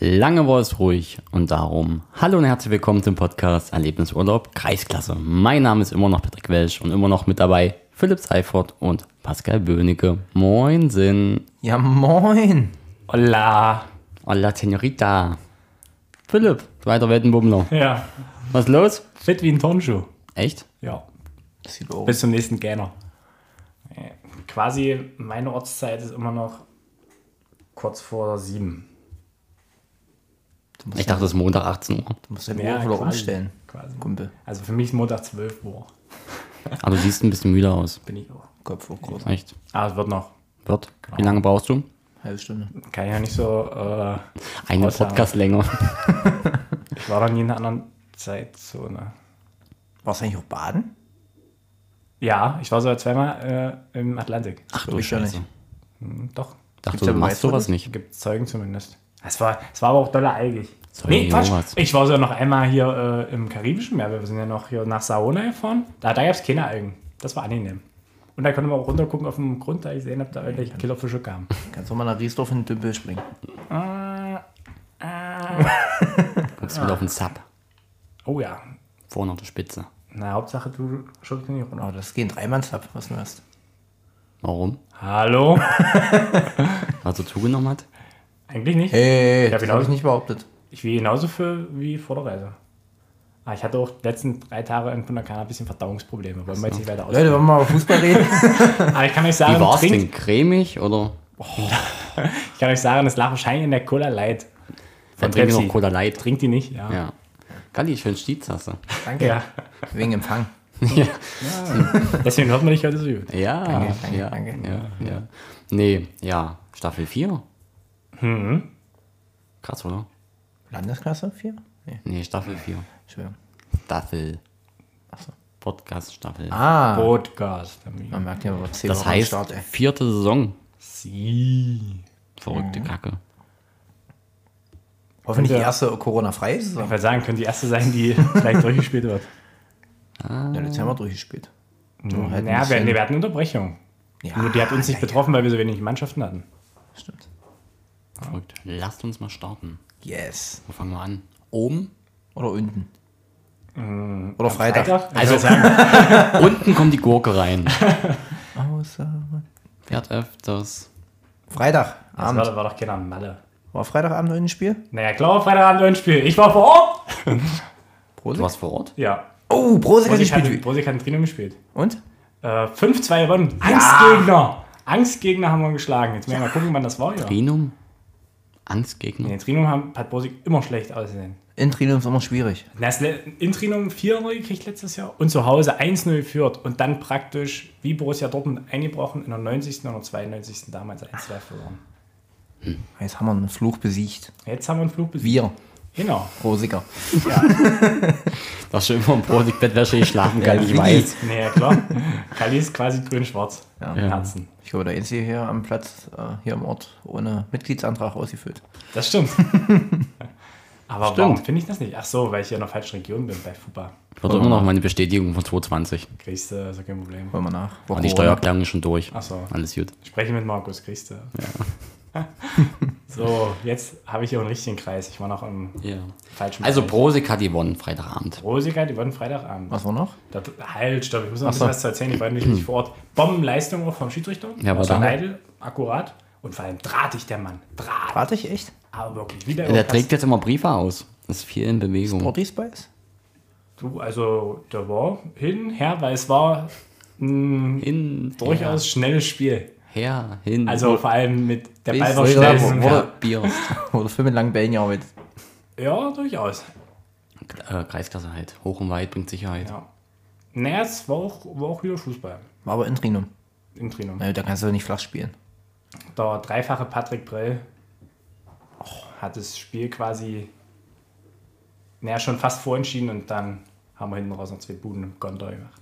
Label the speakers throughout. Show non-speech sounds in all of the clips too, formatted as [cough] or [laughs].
Speaker 1: Lange war es ruhig und darum hallo und herzlich willkommen zum Podcast Erlebnisurlaub Kreisklasse. Mein Name ist immer noch Patrick Welsch und immer noch mit dabei Philipp Seifert und Pascal Böhnecke. Moinsen.
Speaker 2: Ja, moin.
Speaker 3: Hola.
Speaker 1: Hola, Senorita. Philipp, zweiter Weltenbummler.
Speaker 3: Ja,
Speaker 1: Was ist los?
Speaker 3: fit wie ein Turnschuh.
Speaker 1: Echt?
Speaker 3: Ja,
Speaker 2: Sieht auch.
Speaker 3: bis zum nächsten Gähner. Äh, Quasi meine Ortszeit ist immer noch kurz vor sieben.
Speaker 1: Ich dachte, es ist Montag 18 Uhr.
Speaker 2: Du musst den
Speaker 3: Ja,
Speaker 2: Uhr wieder
Speaker 3: quasi.
Speaker 2: umstellen.
Speaker 3: Quasi.
Speaker 2: Kumpel,
Speaker 3: Also für mich ist Montag 12 Uhr.
Speaker 1: Aber du siehst ein bisschen müde aus.
Speaker 3: Bin ich auch.
Speaker 2: Kopf hoch, kurz.
Speaker 1: Echt?
Speaker 3: Ah, es wird noch.
Speaker 1: Wird? Wie lange brauchst du?
Speaker 2: Halbe Stunde.
Speaker 3: Kann ich ja nicht so. Äh,
Speaker 1: Eine
Speaker 3: Ausnahme.
Speaker 1: Podcast-Länge.
Speaker 3: ich war noch nie in einer anderen Zeitzone.
Speaker 2: Warst du eigentlich auch baden?
Speaker 3: Ja, ich war sogar zweimal äh, im Atlantik.
Speaker 2: Ach
Speaker 1: du Scheiße.
Speaker 3: Hm, Doch,
Speaker 1: Dachte,
Speaker 2: Gibt's da
Speaker 1: du machst sowas
Speaker 2: Beweisfotos?
Speaker 1: nicht.
Speaker 3: gibt Zeugen zumindest. Es war, es war aber auch doller algig.
Speaker 1: Zeugen
Speaker 3: Nee,
Speaker 1: Jehovas.
Speaker 3: Quatsch. Ich war sogar noch einmal hier äh, im Karibischen Meer. Wir sind ja noch hier nach Saona gefahren. Da, da gab es keine Algen. Das war angenehm. Und da konnte man auch runtergucken auf dem Grund, da ich sehen, ob da irgendwelche Killerfische kamen.
Speaker 2: Kannst du mal nach Riesdorf in den Dümpel springen?
Speaker 1: Guckst wieder auf den Sub.
Speaker 3: Oh ja.
Speaker 1: Vorne auf der Spitze.
Speaker 3: Na, Hauptsache, du schubst mich nicht runter.
Speaker 2: Oh, das geht ein Dreimannstab, was du hast.
Speaker 1: Warum?
Speaker 3: Hallo?
Speaker 1: Weil er zugenommen hat?
Speaker 3: [laughs] Eigentlich nicht.
Speaker 2: Hey,
Speaker 3: Ja,
Speaker 2: Äh, das
Speaker 3: genau.
Speaker 2: habe ich nicht behauptet.
Speaker 3: Ich will genauso viel wie vor der Reise. Ah, ich hatte auch die letzten drei Tage in Punta Cana ein bisschen Verdauungsprobleme. Wollen wir jetzt nicht weiter aus.
Speaker 2: Leute, wollen wir mal über Fußball
Speaker 3: [laughs]
Speaker 2: reden?
Speaker 3: Aber ich kann euch
Speaker 1: Wie
Speaker 3: sagen,
Speaker 1: war's
Speaker 3: trinkt,
Speaker 1: denn? Cremig oder?
Speaker 3: ich kann euch sagen, das lag wahrscheinlich in der Cola Light.
Speaker 1: Dann
Speaker 3: Von
Speaker 1: trinken wir
Speaker 3: Pepsi.
Speaker 1: noch Cola Light.
Speaker 3: Trinkt die nicht, ja.
Speaker 1: Ja. Galli, schön Stiez hast du.
Speaker 2: Danke.
Speaker 3: Ja.
Speaker 2: Wegen Empfang.
Speaker 3: Deswegen hört man dich heute so gut.
Speaker 1: Ja.
Speaker 2: danke,
Speaker 1: ja,
Speaker 2: danke.
Speaker 1: Ja, ja. Nee, ja. Staffel 4. Mhm.
Speaker 2: Mhm.
Speaker 1: Krass, oder?
Speaker 2: Landesklasse 4? Nee,
Speaker 1: Nee, Staffel 4.
Speaker 2: Entschuldigung.
Speaker 1: Staffel.
Speaker 2: Achso.
Speaker 1: Podcast Staffel.
Speaker 2: Ah,
Speaker 3: Podcast.
Speaker 2: man merkt ja, was
Speaker 1: das heißt,
Speaker 2: Start, ey.
Speaker 1: vierte Saison.
Speaker 3: Sie.
Speaker 1: Verrückte
Speaker 2: Mhm.
Speaker 1: Kacke.
Speaker 2: Hoffentlich die
Speaker 3: Ja.
Speaker 2: erste Corona-freie Saison.
Speaker 3: Ich würde sagen, könnte die erste sein, die [laughs] vielleicht durchgespielt wird. Ah.
Speaker 2: Ja, letztes Jahr haben wir durchgespielt. Nur halt ein
Speaker 3: Naja, wir,
Speaker 2: bisschen-
Speaker 3: nee, wir hatten Unterbrechung.
Speaker 2: Ja,
Speaker 3: Nur die hat uns nicht betroffen, weil wir so wenig Mannschaften hatten.
Speaker 2: Stimmt.
Speaker 1: Verrückt. Lasst uns mal starten.
Speaker 2: Yes.
Speaker 1: Wo fangen wir an? Oben?
Speaker 2: Oder unten.
Speaker 3: Mm,
Speaker 2: Oder Freitag.
Speaker 3: Also,
Speaker 1: [laughs]
Speaker 3: sagen,
Speaker 1: Unten kommt die Gurke rein.
Speaker 2: Außer
Speaker 1: Fährt öfters.
Speaker 2: Freitag
Speaker 3: das
Speaker 2: Abend.
Speaker 3: war, war doch keiner an Malle.
Speaker 2: War Freitagabend ein Spiel?
Speaker 3: Naja, klar, Freitagabend ein Spiel. Ich war vor Ort.
Speaker 1: Du warst vor Ort?
Speaker 3: Ja.
Speaker 2: Oh, Brosig hat
Speaker 3: Brosig hat,
Speaker 2: gespielt.
Speaker 3: Brosig hat ein Trino gespielt.
Speaker 2: Und?
Speaker 3: Äh, 5-2 gewonnen. Angstgegner. Angstgegner haben wir geschlagen. Jetzt müssen wir mal gucken, wann das war. Ja.
Speaker 1: Renum? Angstgegner?
Speaker 3: Nee, Trinum haben- hat Brosig immer schlecht ausgesehen.
Speaker 2: In Trinum ist immer schwierig.
Speaker 3: Na, Das Le- Intrinum 4-0 gekriegt letztes Jahr und zu Hause 1-0 geführt und dann praktisch wie Borussia Dortmund eingebrochen in der 90. und der 92. damals 1-2 verloren.
Speaker 2: Jetzt haben wir einen Fluch besiegt.
Speaker 3: Jetzt haben wir einen Flug besiegt.
Speaker 2: Wir,
Speaker 3: Genau.
Speaker 2: Brosiger.
Speaker 1: Das schön vom Brot, Bettwäsche, ich schlafen kann, ich
Speaker 2: wie
Speaker 1: weiß.
Speaker 3: Naja, klar. [laughs] Kali ist quasi grün-schwarz
Speaker 2: Ja.
Speaker 3: im Herzen.
Speaker 2: Ich glaube, der Einzige hier am Platz, äh, hier im Ort, ohne Mitgliedsantrag ausgefüllt. [laughs]
Speaker 3: Das stimmt. Aber warum finde ich das nicht? Ach so, weil ich ja in der falschen Region bin bei FUPA.
Speaker 1: Ich warte immer noch meine Bestätigung von 220.
Speaker 3: Kriegst du, ist ja kein Problem.
Speaker 2: Wollen wir nach.
Speaker 1: Und die Steuererklärung ist schon durch.
Speaker 3: Oh. Ach so.
Speaker 1: Alles gut.
Speaker 3: Spreche mit Markus, kriegst du. [laughs] so, jetzt habe ich hier einen richtigen Kreis. Ich war noch im falschen
Speaker 1: Also
Speaker 3: Bereich.
Speaker 1: Prosig hat gewonnen, Freitagabend.
Speaker 3: Prosig hat gewonnen Freitagabend.
Speaker 2: Was war noch?
Speaker 3: Da, halt, stopp, ich muss noch ein
Speaker 2: Ach
Speaker 3: bisschen
Speaker 2: so.
Speaker 3: was zu erzählen. Ich
Speaker 1: [clears throat]
Speaker 3: war nämlich nicht vor Ort. Bombenleistung auch vom Schiedsrichter.
Speaker 1: Ja, war
Speaker 3: Aus der
Speaker 1: da.
Speaker 3: Neidel, akkurat. Und vor allem drahtig der Mann. Draht.
Speaker 2: Warte ich echt?
Speaker 3: Aber wirklich, wieder
Speaker 1: Der trägt jetzt immer Briefe aus. Das ist viel in Bewegung.
Speaker 2: Body Spice?
Speaker 3: Du, also, der war hin, her, weil es war ein
Speaker 1: Hin,
Speaker 3: durchaus schnelles Spiel.
Speaker 1: her, hin.
Speaker 3: Also vor allem mit der Ball war
Speaker 2: Bis-
Speaker 3: schnell.
Speaker 2: Bis-
Speaker 3: Ja,
Speaker 1: Oder Bier.
Speaker 2: Oder Film mit langen Bällen gearbeitet.
Speaker 3: ja, durchaus.
Speaker 1: äh, Kreisklasse halt. Hoch und weit bringt Sicherheit.
Speaker 3: Ja. Naja, es war auch, war auch wieder Fußball
Speaker 2: War aber in Trinum.
Speaker 3: im Trinum.
Speaker 2: Na, gut, da kannst du doch nicht flach spielen.
Speaker 3: Der dreifache Patrick Brell oh, hat das Spiel quasi naja, schon fast vorentschieden und dann haben wir hinten raus noch zwei Buden im Gondor gemacht.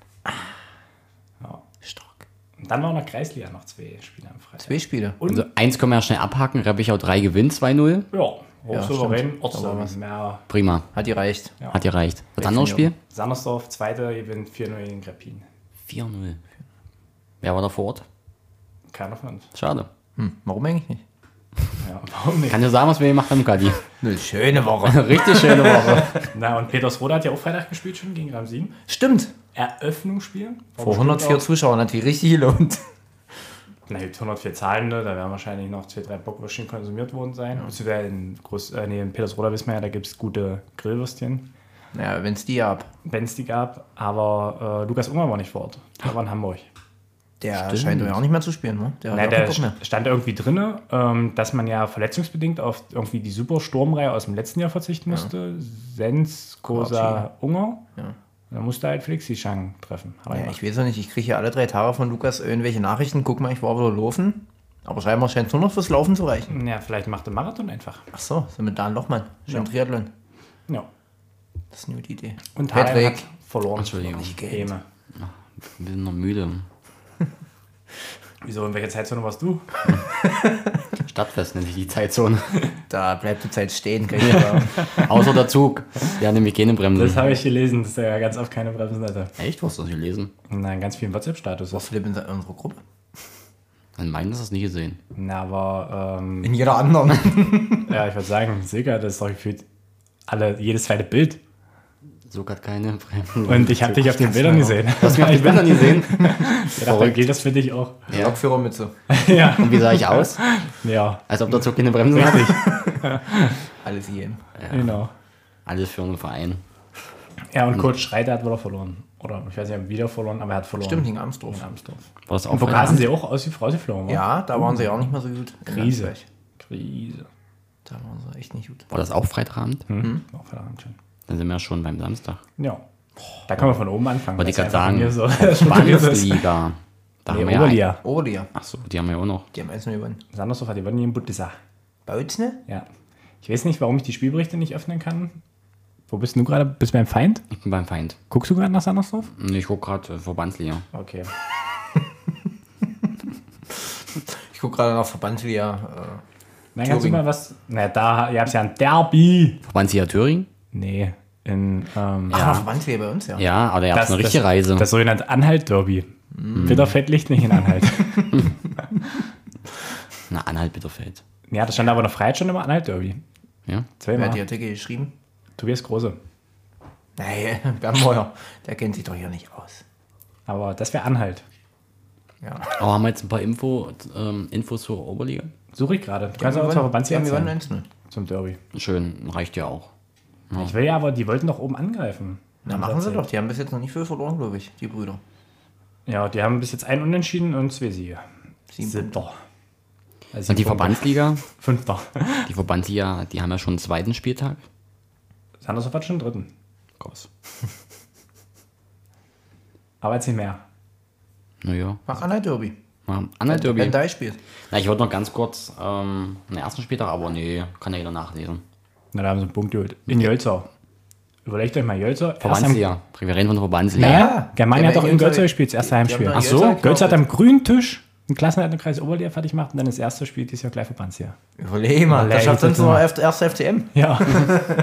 Speaker 2: Stark.
Speaker 3: Und dann waren noch Kreisliga noch zwei Spiele am Freitag.
Speaker 2: Zwei Spiele.
Speaker 3: Und
Speaker 1: Also eins können wir ja schnell abhaken. Reppichau 3 gewinnt 2-0.
Speaker 3: ja, hoch
Speaker 2: Ja,
Speaker 3: souverän,
Speaker 2: stimmt. Da war was.
Speaker 3: Ortsdorf mehr.
Speaker 1: Prima.
Speaker 2: Hat die reicht.
Speaker 3: Ja.
Speaker 1: Hat gereicht. Das andere Spiel?
Speaker 3: Sandersdorf, zweiter gewinnt 4-0 gegen Grappin.
Speaker 1: 4-0. Wer war da vor Ort?
Speaker 3: Keiner von uns.
Speaker 1: Schade.
Speaker 2: Hm, warum eigentlich nicht?
Speaker 3: Ja, warum nicht?
Speaker 1: Kann dir sagen, was wir gemacht haben, Kadi. [laughs]
Speaker 2: Eine schöne [laughs] Woche.
Speaker 1: Richtig schöne Woche.
Speaker 3: Na, und Petersroda hat ja auch Freitag gespielt schon gegen Ramsin.
Speaker 2: Stimmt.
Speaker 3: Eröffnungsspiel. War
Speaker 2: Vor
Speaker 3: bestimmt
Speaker 2: 104
Speaker 3: auch-
Speaker 2: Zuschauern hat die richtig gelohnt.
Speaker 3: Na, gibt 104 Zahlende, ne? da werden wahrscheinlich noch zwei, drei Bockwürstchen konsumiert worden sein. Beziehungsweise in, Groß, äh, nee, in Petersroda wissen wir ja, da gibt es gute Grillwürstchen,
Speaker 2: Naja, wenn es die ab.
Speaker 3: wenn es die gab. Aber äh, Lukas Unger war nicht vor Ort. Der war in Hamburg.
Speaker 2: Der scheint doch ja auch nicht mehr zu spielen, ne? Der
Speaker 3: Na,
Speaker 2: hat ja auch keinen
Speaker 3: der
Speaker 2: Bock mehr.
Speaker 3: stand irgendwie drin, ähm, dass man ja verletzungsbedingt auf irgendwie die Supersturmreihe aus dem letzten Jahr verzichten musste. Sens, Kosa, Unger.
Speaker 2: Ja.
Speaker 3: Da musste halt Flexi Shang treffen. Hat er
Speaker 2: Ja,
Speaker 3: gemacht.
Speaker 2: ich weiß ja nicht, ich kriege hier alle drei Tage von Lukas irgendwelche Nachrichten. Guck mal, ich war wieder laufen. Aber scheinbar scheint es nur noch fürs Laufen zu reichen.
Speaker 3: Ja, vielleicht macht er Marathon einfach.
Speaker 2: Ach so, sind wir da in Lochmann. Schön Triathlon.
Speaker 3: Ja.
Speaker 2: Das ist eine gute Idee.
Speaker 3: Und Harald
Speaker 2: Patrick,
Speaker 3: hat verloren.
Speaker 1: Entschuldigung.
Speaker 2: Geld.
Speaker 3: Häme.
Speaker 1: Wir sind noch müde.
Speaker 3: Wieso, in welcher Zeitzone warst du?
Speaker 1: Stadtfest nenne ich die Zeitzone. [laughs]
Speaker 2: da bleibt die Zeit stehen. Krieg ich aber.
Speaker 1: Außer der Zug. Ja, nämlich keine
Speaker 3: Das
Speaker 1: Bremse.
Speaker 3: habe ich gelesen, dass er ganz oft keine Bremsen hatte.
Speaker 1: Echt? Wo hast du das gelesen?
Speaker 3: Nein, ganz vielen WhatsApp-Status.
Speaker 2: Warst du denn in unserer Gruppe?
Speaker 1: In meinen hast du es nie gesehen.
Speaker 3: Na, aber, ähm,
Speaker 2: In jeder anderen.
Speaker 3: ja, ich würde sagen, Silke hat das doch gefühlt alle, jedes zweite Bild.
Speaker 1: So hat keine Bremse.
Speaker 3: Und ich habe dich auf den Bildern gesehen.
Speaker 1: Du hast mich auf die Bilder nie gesehen.
Speaker 3: Ich dachte, dann gilt das für dich auch.
Speaker 2: [laughs]
Speaker 1: Ja.
Speaker 2: Lokführermütze.
Speaker 3: [laughs] ja.
Speaker 1: Und wie sah ich aus?
Speaker 3: Ja,
Speaker 1: Als ob der Zug keine Bremse hat.
Speaker 2: Alles hier.
Speaker 3: genau.
Speaker 1: Alles für einen Verein.
Speaker 3: Ja, und Kurt Schreiter hat wieder verloren. Oder ich weiß nicht, ob wieder verloren, aber er hat verloren.
Speaker 2: Stimmt, gegen Amsdorf.
Speaker 3: In Amsdorf.
Speaker 1: War das auch
Speaker 3: Und wo
Speaker 1: Feierabend?
Speaker 3: sind sie auch aus wie rausgeflogen? oder?
Speaker 2: Ja, da waren sie ja auch nicht mehr so gut. In
Speaker 3: Krise.
Speaker 2: Landsberg.
Speaker 3: Krise.
Speaker 2: Da waren sie echt nicht gut.
Speaker 1: War das auch Freitagabend?
Speaker 3: Hm? Auch verdammt schön.
Speaker 1: Dann sind wir ja schon beim Samstag.
Speaker 3: Ja. Da können wir von oben anfangen.
Speaker 1: Wollte ich
Speaker 3: weil es
Speaker 1: gerade
Speaker 3: einfach [laughs]
Speaker 1: sagen.
Speaker 3: Mir so strukturiert ist.
Speaker 1: Bundesliga. Da
Speaker 3: Nee,
Speaker 1: haben wir ja. ein-
Speaker 3: Oberliga.
Speaker 2: Oberliga.
Speaker 1: Ach so, die haben wir ja auch noch.
Speaker 2: Die haben 1-0 gewonnen. ne?
Speaker 3: Sandersdorf hat die Bonnie in Bundesliga.
Speaker 2: Bautzne?
Speaker 3: Ja. Ich weiß nicht, warum ich die Spielberichte nicht öffnen kann. Wo bist du gerade? Bist du beim Feind?
Speaker 1: Ich bin beim Feind.
Speaker 3: Guckst du gerade nach Sandersdorf?
Speaker 1: Nee, Ich gucke gerade äh, Verbandsliga.
Speaker 3: Okay.
Speaker 2: Ich gucke gerade nach Verbandsliga.
Speaker 3: Nein, kannst du
Speaker 2: Thüringen.
Speaker 3: mal was. Na, da, ihr habt ja ein Derby.
Speaker 1: Verbandsliga Thüringen?
Speaker 3: Nee. In, ähm,
Speaker 2: Äh, ja. Ah, Verbandsliga bei uns, ja.
Speaker 1: Ja, aber da gab es eine richtige
Speaker 3: das,
Speaker 1: Reise. Mhm.
Speaker 3: Das sogenannte Anhalt-Derby. Mm. Bitterfeld liegt nicht in Anhalt. [laughs]
Speaker 1: Na, Anhalt Bitterfeld.
Speaker 3: ja, das stand aber in der Freiheit schon immer Anhalt-Derby.
Speaker 1: Ja?
Speaker 2: Wer
Speaker 3: Zweimal.
Speaker 2: hat die Artikel geschrieben?
Speaker 3: Tobias Große.
Speaker 2: Nein, [laughs] Bernd Meuer. Der kennt sich doch hier nicht aus.
Speaker 3: Aber das wäre Anhalt.
Speaker 2: Ja.
Speaker 1: Aber haben wir jetzt ein paar Info, ähm, Infos zur Oberliga?
Speaker 3: Suche ich gerade. Du kannst
Speaker 2: Die haben
Speaker 3: auch zur
Speaker 2: gewonnen.
Speaker 3: Verbandsliga
Speaker 2: Die haben
Speaker 3: erzählen.
Speaker 2: gewonnen 1-0.
Speaker 3: Zum Derby.
Speaker 1: Schön, reicht ja auch. Oh.
Speaker 3: Ich will ja, aber die wollten doch oben angreifen.
Speaker 2: Na, machen sie doch. Die haben bis jetzt noch nicht viel verloren, glaube ich, die Brüder.
Speaker 3: Ja, die haben bis jetzt einen Unentschieden und zwei Siege.
Speaker 2: Sieben
Speaker 3: Siebter. Also
Speaker 1: Und die [laughs] Verbandsliga?
Speaker 3: Fünfter. [laughs]
Speaker 1: Die Verbandsliga, die haben ja schon einen zweiten Spieltag.
Speaker 3: Sandersdorf hat schon einen dritten.
Speaker 1: Krass.
Speaker 3: Aber jetzt nicht mehr.
Speaker 1: Naja.
Speaker 2: Mach Anhalt Derby.
Speaker 1: Mal Anhalt Derby.
Speaker 2: Wenn da spielt.
Speaker 1: Na, ich wollte noch ganz kurz ähm, den ersten Spieltag, aber nee, kann ja jeder nachlesen.
Speaker 3: Na, da haben sie einen Punkt geholt. In Jölzer. Überlegt euch mal, Jölzer. erst am-
Speaker 1: Verbandsliger. Wir reden von der Verbandsliga.
Speaker 3: Naja, Germania hat
Speaker 2: Ja,
Speaker 3: doch
Speaker 2: aber
Speaker 3: in
Speaker 2: Jölzer-
Speaker 3: Gölzer gespielt, das erste
Speaker 2: die- die
Speaker 3: Heimspiel.
Speaker 2: haben doch
Speaker 3: Ach so,
Speaker 2: Jölzer
Speaker 3: Gölzer hat
Speaker 2: gekauft.
Speaker 3: am grünen Tisch einen Klassenerhaltungskreis Oberliga fertig gemacht und dann das erste Spiel dieses Jahr gleich Verbandsliga.
Speaker 2: Überleg mal.
Speaker 3: Überleg
Speaker 2: Das schafft sonst
Speaker 3: das
Speaker 2: nur
Speaker 3: mal.
Speaker 2: F- erst FCM.
Speaker 3: Ja.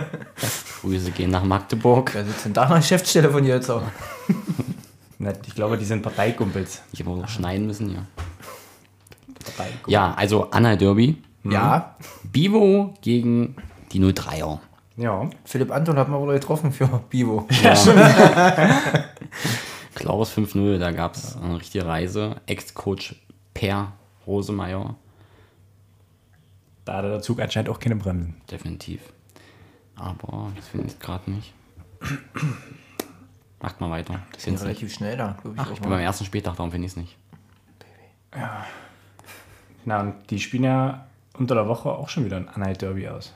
Speaker 3: [laughs]
Speaker 1: Grüße gehen nach Magdeburg.
Speaker 2: Wer sitzt denn da an der Geschäftsstelle von Jölzer?
Speaker 3: Na, ich glaube, die sind Parteikumpels.
Speaker 1: Ich habe auch schneiden müssen, ja.
Speaker 3: Parteikumpels.
Speaker 1: Ja, also Anhalt Derby.
Speaker 2: Ja,
Speaker 1: Bivo gegen die 03er.
Speaker 3: Ja.
Speaker 2: Philipp Anton hat mal wieder getroffen für Bivo.
Speaker 1: Klaus 5-0, da gab es eine richtige Reise. Ex-Coach Per Rosemeyer,
Speaker 3: Da hatte der Zug anscheinend auch keine Bremsen.
Speaker 1: definitiv. Aber das finde ich gerade nicht. [clears throat] Macht mal weiter. Ich
Speaker 2: Sind
Speaker 1: find's nicht.
Speaker 2: relativ schnell da, glaube ich.
Speaker 1: Ach,
Speaker 2: auch
Speaker 1: ich bin
Speaker 2: mal.
Speaker 1: beim ersten Spieltag, darum finde ich es nicht.
Speaker 3: Na, und die spielen ja unter der Woche auch schon wieder ein Anhalt-Derby aus.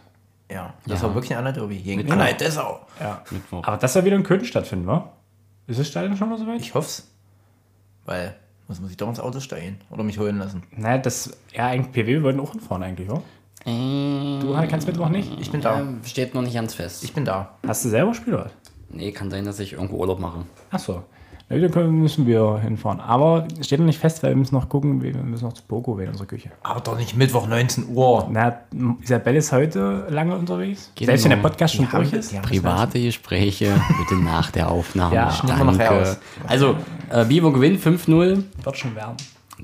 Speaker 2: Ja, das
Speaker 1: Ja.
Speaker 2: war wirklich ein anderer Derby gegen
Speaker 1: Mit-
Speaker 2: Anhalt Dessau.
Speaker 3: Ja.
Speaker 1: Mittwoch.
Speaker 3: Oh. Aber das soll wieder in Köln stattfinden, wa? Ist das Stadion schon mal soweit?
Speaker 2: Ich hoff's. Weil, muss man sich doch ins Auto steigen oder mich holen lassen.
Speaker 3: Naja, das, ja, eigentlich, PW, wir wollten auch hinfahren eigentlich, wa? Du halt kannst Mittwoch nicht.
Speaker 2: Ich bin da.
Speaker 1: Ähm, Äh, steht noch nicht ganz fest.
Speaker 2: Ich bin da.
Speaker 3: Hast du selber Spiel oder?
Speaker 1: nee, kann sein, dass ich irgendwo Urlaub mache.
Speaker 3: Achso. Na, dann können, müssen wir hinfahren. Aber steht noch nicht fest, weil wir müssen noch gucken, wir müssen noch zu Poco wählen, unsere Küche.
Speaker 2: Aber doch nicht Mittwoch 19 Uhr.
Speaker 3: Na, Isabelle ist heute lange unterwegs.
Speaker 1: Geht
Speaker 3: Selbst wenn
Speaker 1: noch.
Speaker 3: der Podcast schon durch ist.
Speaker 2: Die haben
Speaker 1: Private Gespräche bitte nach der Aufnahme.
Speaker 3: Ja, schneiden
Speaker 2: wir nachher
Speaker 1: Danke.
Speaker 2: aus.
Speaker 1: Also, äh, Bivo gewinnt 5-0.
Speaker 3: Wird schon werden.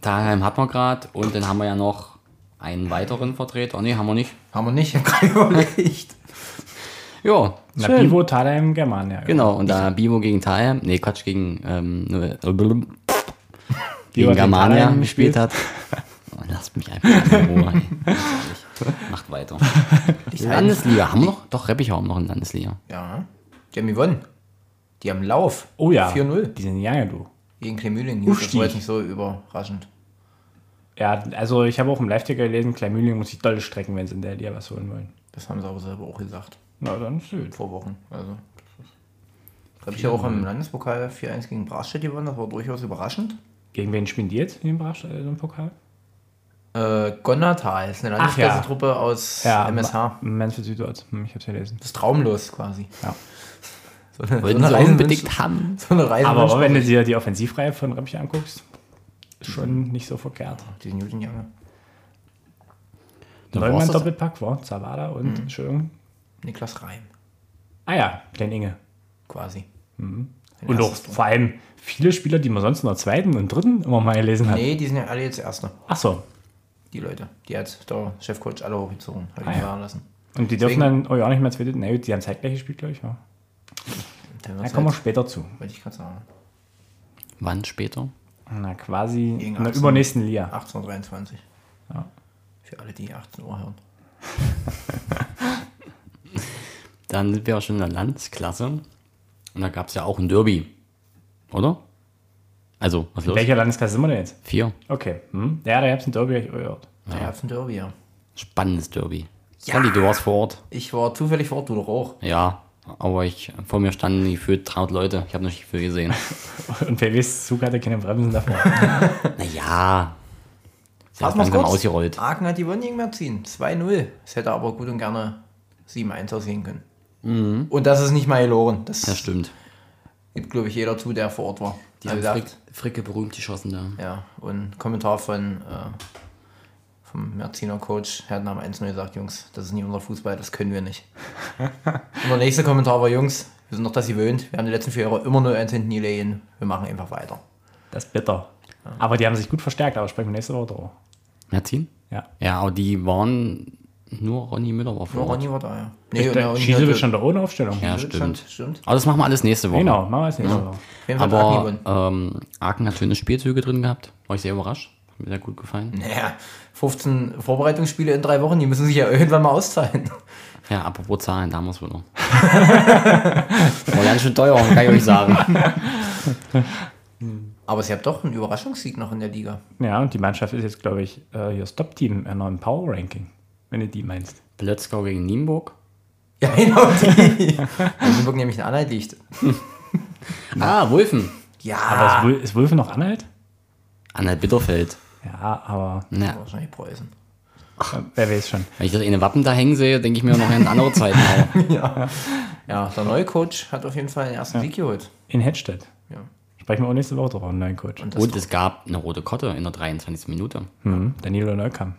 Speaker 1: Daheim hat man gerade und dann haben wir ja noch einen weiteren Vertreter. Nee, haben wir nicht.
Speaker 2: Haben wir nicht, haben wir überlegt.
Speaker 1: Ja,
Speaker 3: Na,
Speaker 1: schön.
Speaker 3: Bivo, Tadheim, German, ja.
Speaker 1: Genau, und da Bimo gegen Thalheim, nee, Quatsch, gegen, ähm, äh, gegen
Speaker 3: hat gegen
Speaker 1: Germania
Speaker 3: Thalheim
Speaker 1: gespielt
Speaker 3: gespielt?
Speaker 1: hat. Oh, Lasst mich einfach in Ruhe. ey. Ganz ehrlich. Macht weiter. Landesliga haben wir noch? Doch, Reppichau haben wir noch in Landesliga.
Speaker 2: Ja. Die haben gewonnen. Die haben Lauf.
Speaker 3: Oh ja.
Speaker 2: 4-0.
Speaker 3: Die sind ja, du.
Speaker 2: Gegen Klemühling. Das
Speaker 3: Ufstieg.
Speaker 2: war jetzt nicht so überraschend.
Speaker 3: Ja, also ich habe auch im Live-Ticker gelesen, Kleinmühling muss sich doll strecken, wenn sie in der Liga was holen wollen.
Speaker 2: Das haben sie aber selber auch gesagt.
Speaker 3: Na, dann ist gut.
Speaker 2: Vor Wochen. Also. Da habe ich ja auch im Landespokal 4-1 gegen Brastedt gewonnen. Das war durchaus überraschend.
Speaker 3: Gegen wen spielen die jetzt in dem Brasch- äh, im Pokal?
Speaker 2: Äh, Gonnertal ist eine
Speaker 3: Ach ja.
Speaker 2: Landesklasse-Truppe aus MSH.
Speaker 3: Mansfield Süddeutsch. Hm, ich hab's gelesen.
Speaker 2: Das ist traumlos quasi.
Speaker 3: Ja.
Speaker 2: So eine,
Speaker 1: Wollten sie
Speaker 2: Reise-
Speaker 1: unbedingt haben.
Speaker 2: So eine Reise.
Speaker 3: Aber wenn du dir die Offensivreihe von Reppich anguckst, ist schon nicht so verkehrt.
Speaker 2: Diesen Jugendjunge.
Speaker 1: Dann war's
Speaker 3: Neumann
Speaker 1: das.
Speaker 3: Doppelpack war Zawada und Entschuldigung.
Speaker 2: Niklas Reim.
Speaker 3: Ah ja, Glenn Inge.
Speaker 2: Quasi. Sein
Speaker 3: Und auch
Speaker 2: erstes Tor.
Speaker 3: vor allem viele Spieler, die man sonst in der zweiten und dritten immer mal gelesen hat.
Speaker 2: Nee, die sind ja alle jetzt Erste.
Speaker 3: Ach so.
Speaker 2: Die Leute. Die hat der Chefcoach alle hochgezogen. Hat
Speaker 3: Ah,
Speaker 2: ihn
Speaker 3: ja.
Speaker 2: fahren lassen.
Speaker 3: Und die dürfen
Speaker 2: Deswegen-
Speaker 3: dann, oh ja, nicht mehr zweite. Na gut, die haben zeitgleich gespielt, glaube ich. Ja.
Speaker 2: Dann
Speaker 3: Da
Speaker 2: wird's
Speaker 3: kommen wir
Speaker 2: halt,
Speaker 3: später zu.
Speaker 2: wollte ich gerade sagen.
Speaker 1: Wann später?
Speaker 3: Na, quasi
Speaker 2: Gegen
Speaker 3: in der
Speaker 2: 18.
Speaker 3: übernächsten Liga.
Speaker 2: 1823.
Speaker 3: Ja.
Speaker 2: Für alle, die 18 Uhr hören.
Speaker 1: Dann sind wir auch schon in der Landesklasse. Und da gab es ja auch ein Derby. Oder? Also, was ist los?
Speaker 3: Welcher Landesklasse sind wir denn jetzt?
Speaker 1: Vier.
Speaker 3: Okay. Hm? Ja, da gab es ein Derby, hab ich gehört.
Speaker 2: Ja. Der ein Derby, ja.
Speaker 1: Spannendes Derby. Sally, du warst vor Ort.
Speaker 2: Ich war zufällig vor Ort, du doch auch.
Speaker 1: Ja, aber ich, vor mir standen gefühlt 300 Leute. Ich habe noch nicht viel [laughs] gesehen.
Speaker 3: Und PWs Zug hatte keine Bremsen
Speaker 1: [laughs]
Speaker 3: davor.
Speaker 1: Naja. Sie
Speaker 2: Pass
Speaker 1: hat langsam ausgerollt.
Speaker 2: Aachen hat die gewonnen gegen Merzin. 2-0. Es hätte aber gut und gerne 7-1 aussehen können. Und das ist nicht mal verloren. Das
Speaker 1: Das stimmt.
Speaker 2: gibt, glaube ich, jeder zu, der vor Ort war.
Speaker 1: Die
Speaker 2: Wie
Speaker 1: haben
Speaker 2: gesagt,
Speaker 1: Frick, Fricke berühmt geschossen da.
Speaker 2: Ja, und Kommentar von äh, vom Merziner Coach, er hat nach dem 1-0 gesagt, Jungs, das ist nicht unser Fußball, das können wir nicht. und der nächste Kommentar war, Jungs, wir sind noch das gewöhnt, wir haben die letzten vier Jahre immer 0-1 hinten gelegen, wir machen einfach weiter.
Speaker 3: Das ist bitter. Aber die haben sich gut verstärkt, aber sprechen wir nächste Woche drüber.
Speaker 1: Merzin?
Speaker 3: Ja.
Speaker 1: Ja, aber die waren nur Ronny Müller war vor
Speaker 2: Nur
Speaker 1: Ort.
Speaker 2: Ronny war da, ja. Nee,
Speaker 3: genau, Der Schiesel wird schon da ohne Aufstellung.
Speaker 1: Ja,
Speaker 2: Stimmt,
Speaker 1: stimmt.
Speaker 2: stimmt.
Speaker 1: Aber das machen wir alles nächste Woche.
Speaker 3: Genau, machen wir es nächste Woche.
Speaker 2: Auf jeden Fall hat Aachen
Speaker 1: Aber
Speaker 2: gewonnen. [laughs]
Speaker 1: ähm, Aachen hat schöne Spielzüge drin gehabt. War ich sehr überrascht. Hat mir sehr gut gefallen.
Speaker 2: Naja, 15 Vorbereitungsspiele in drei Wochen, die müssen sich ja irgendwann mal auszahlen. [laughs]
Speaker 1: Ja, apropos Zahlen, da muss [laughs] wieder. War ganz schön teuer, kann ich euch sagen.
Speaker 2: Aber sie haben doch einen Überraschungssieg noch in der Liga. [laughs]
Speaker 3: Ja, und die Mannschaft ist jetzt, glaube ich, äh, hier das Top-Team in einem Power-Ranking, wenn du die meinst.
Speaker 1: Plötzkau gegen Nienburg.
Speaker 2: Ja, genau die. Die wirken nämlich in Anhalt liegt.
Speaker 1: Ah, Wolfen.
Speaker 2: Ja,
Speaker 3: Aber
Speaker 1: Ah.
Speaker 3: ist, Wul- ist Wulfe noch Anhalt?
Speaker 1: Anhalt Bitterfeld.
Speaker 3: Ja, aber
Speaker 1: Ja.
Speaker 2: wahrscheinlich Preußen.
Speaker 3: äh, wer weiß schon.
Speaker 1: Wenn ich das eine Wappen da hängen sehe, denke ich mir noch an
Speaker 3: [laughs]
Speaker 1: andere Zeiten. Aber
Speaker 2: Ja, der neue Coach hat auf jeden Fall den ersten Sieg geholt.
Speaker 3: In Hedstedt.
Speaker 2: Ja.
Speaker 3: Sprechen wir auch nächste Woche drüber, einen neuen Coach.
Speaker 2: Und das
Speaker 1: Und es gab eine rote Kotte in der 23. Minute.
Speaker 3: Mhm. Danilo Neukamp.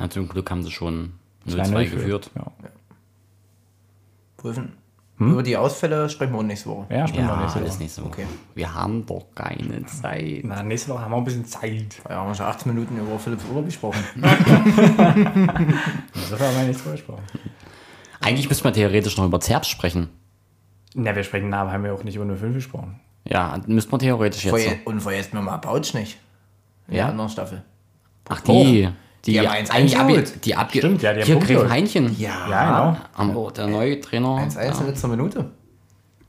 Speaker 1: Na, zum Glück haben sie schon
Speaker 3: 3-0
Speaker 1: 0-2 geführt.
Speaker 3: Ja,
Speaker 2: prüfen. Über die Ausfälle sprechen wir nächste Woche.
Speaker 3: ja sprechen
Speaker 1: Ja,
Speaker 3: wir nächste
Speaker 1: alles
Speaker 3: Woche.
Speaker 1: nächste Woche.
Speaker 2: Okay.
Speaker 1: Wir haben doch keine Zeit.
Speaker 3: Na, nächste Woche haben wir ein bisschen Zeit.
Speaker 2: Ja, haben wir schon 18 Minuten über Philipps Urlaub gesprochen.
Speaker 3: Insofern haben wir nichts drüber gesprochen.
Speaker 1: Eigentlich müsste man theoretisch noch über Zerbst sprechen.
Speaker 3: Na, wir sprechen nach, haben wir auch nicht über 05 gesprochen.
Speaker 1: Ja, müsste man theoretisch jetzt. so.
Speaker 2: Vorher, und vergessen wir mal Bautsch nicht. In
Speaker 1: Ja?
Speaker 2: der anderen Staffel.
Speaker 1: Ach, die. Die,
Speaker 2: Die haben eins
Speaker 1: eigentlich abge,
Speaker 2: eingeholt.
Speaker 1: die abge
Speaker 3: Stimmt, ja, die haben
Speaker 1: Hier,
Speaker 3: Punkte
Speaker 1: Gräfenheinchen.
Speaker 3: Ja, genau.
Speaker 1: Am, oh, der neue Trainer.
Speaker 2: 1-1 in letzter Minute.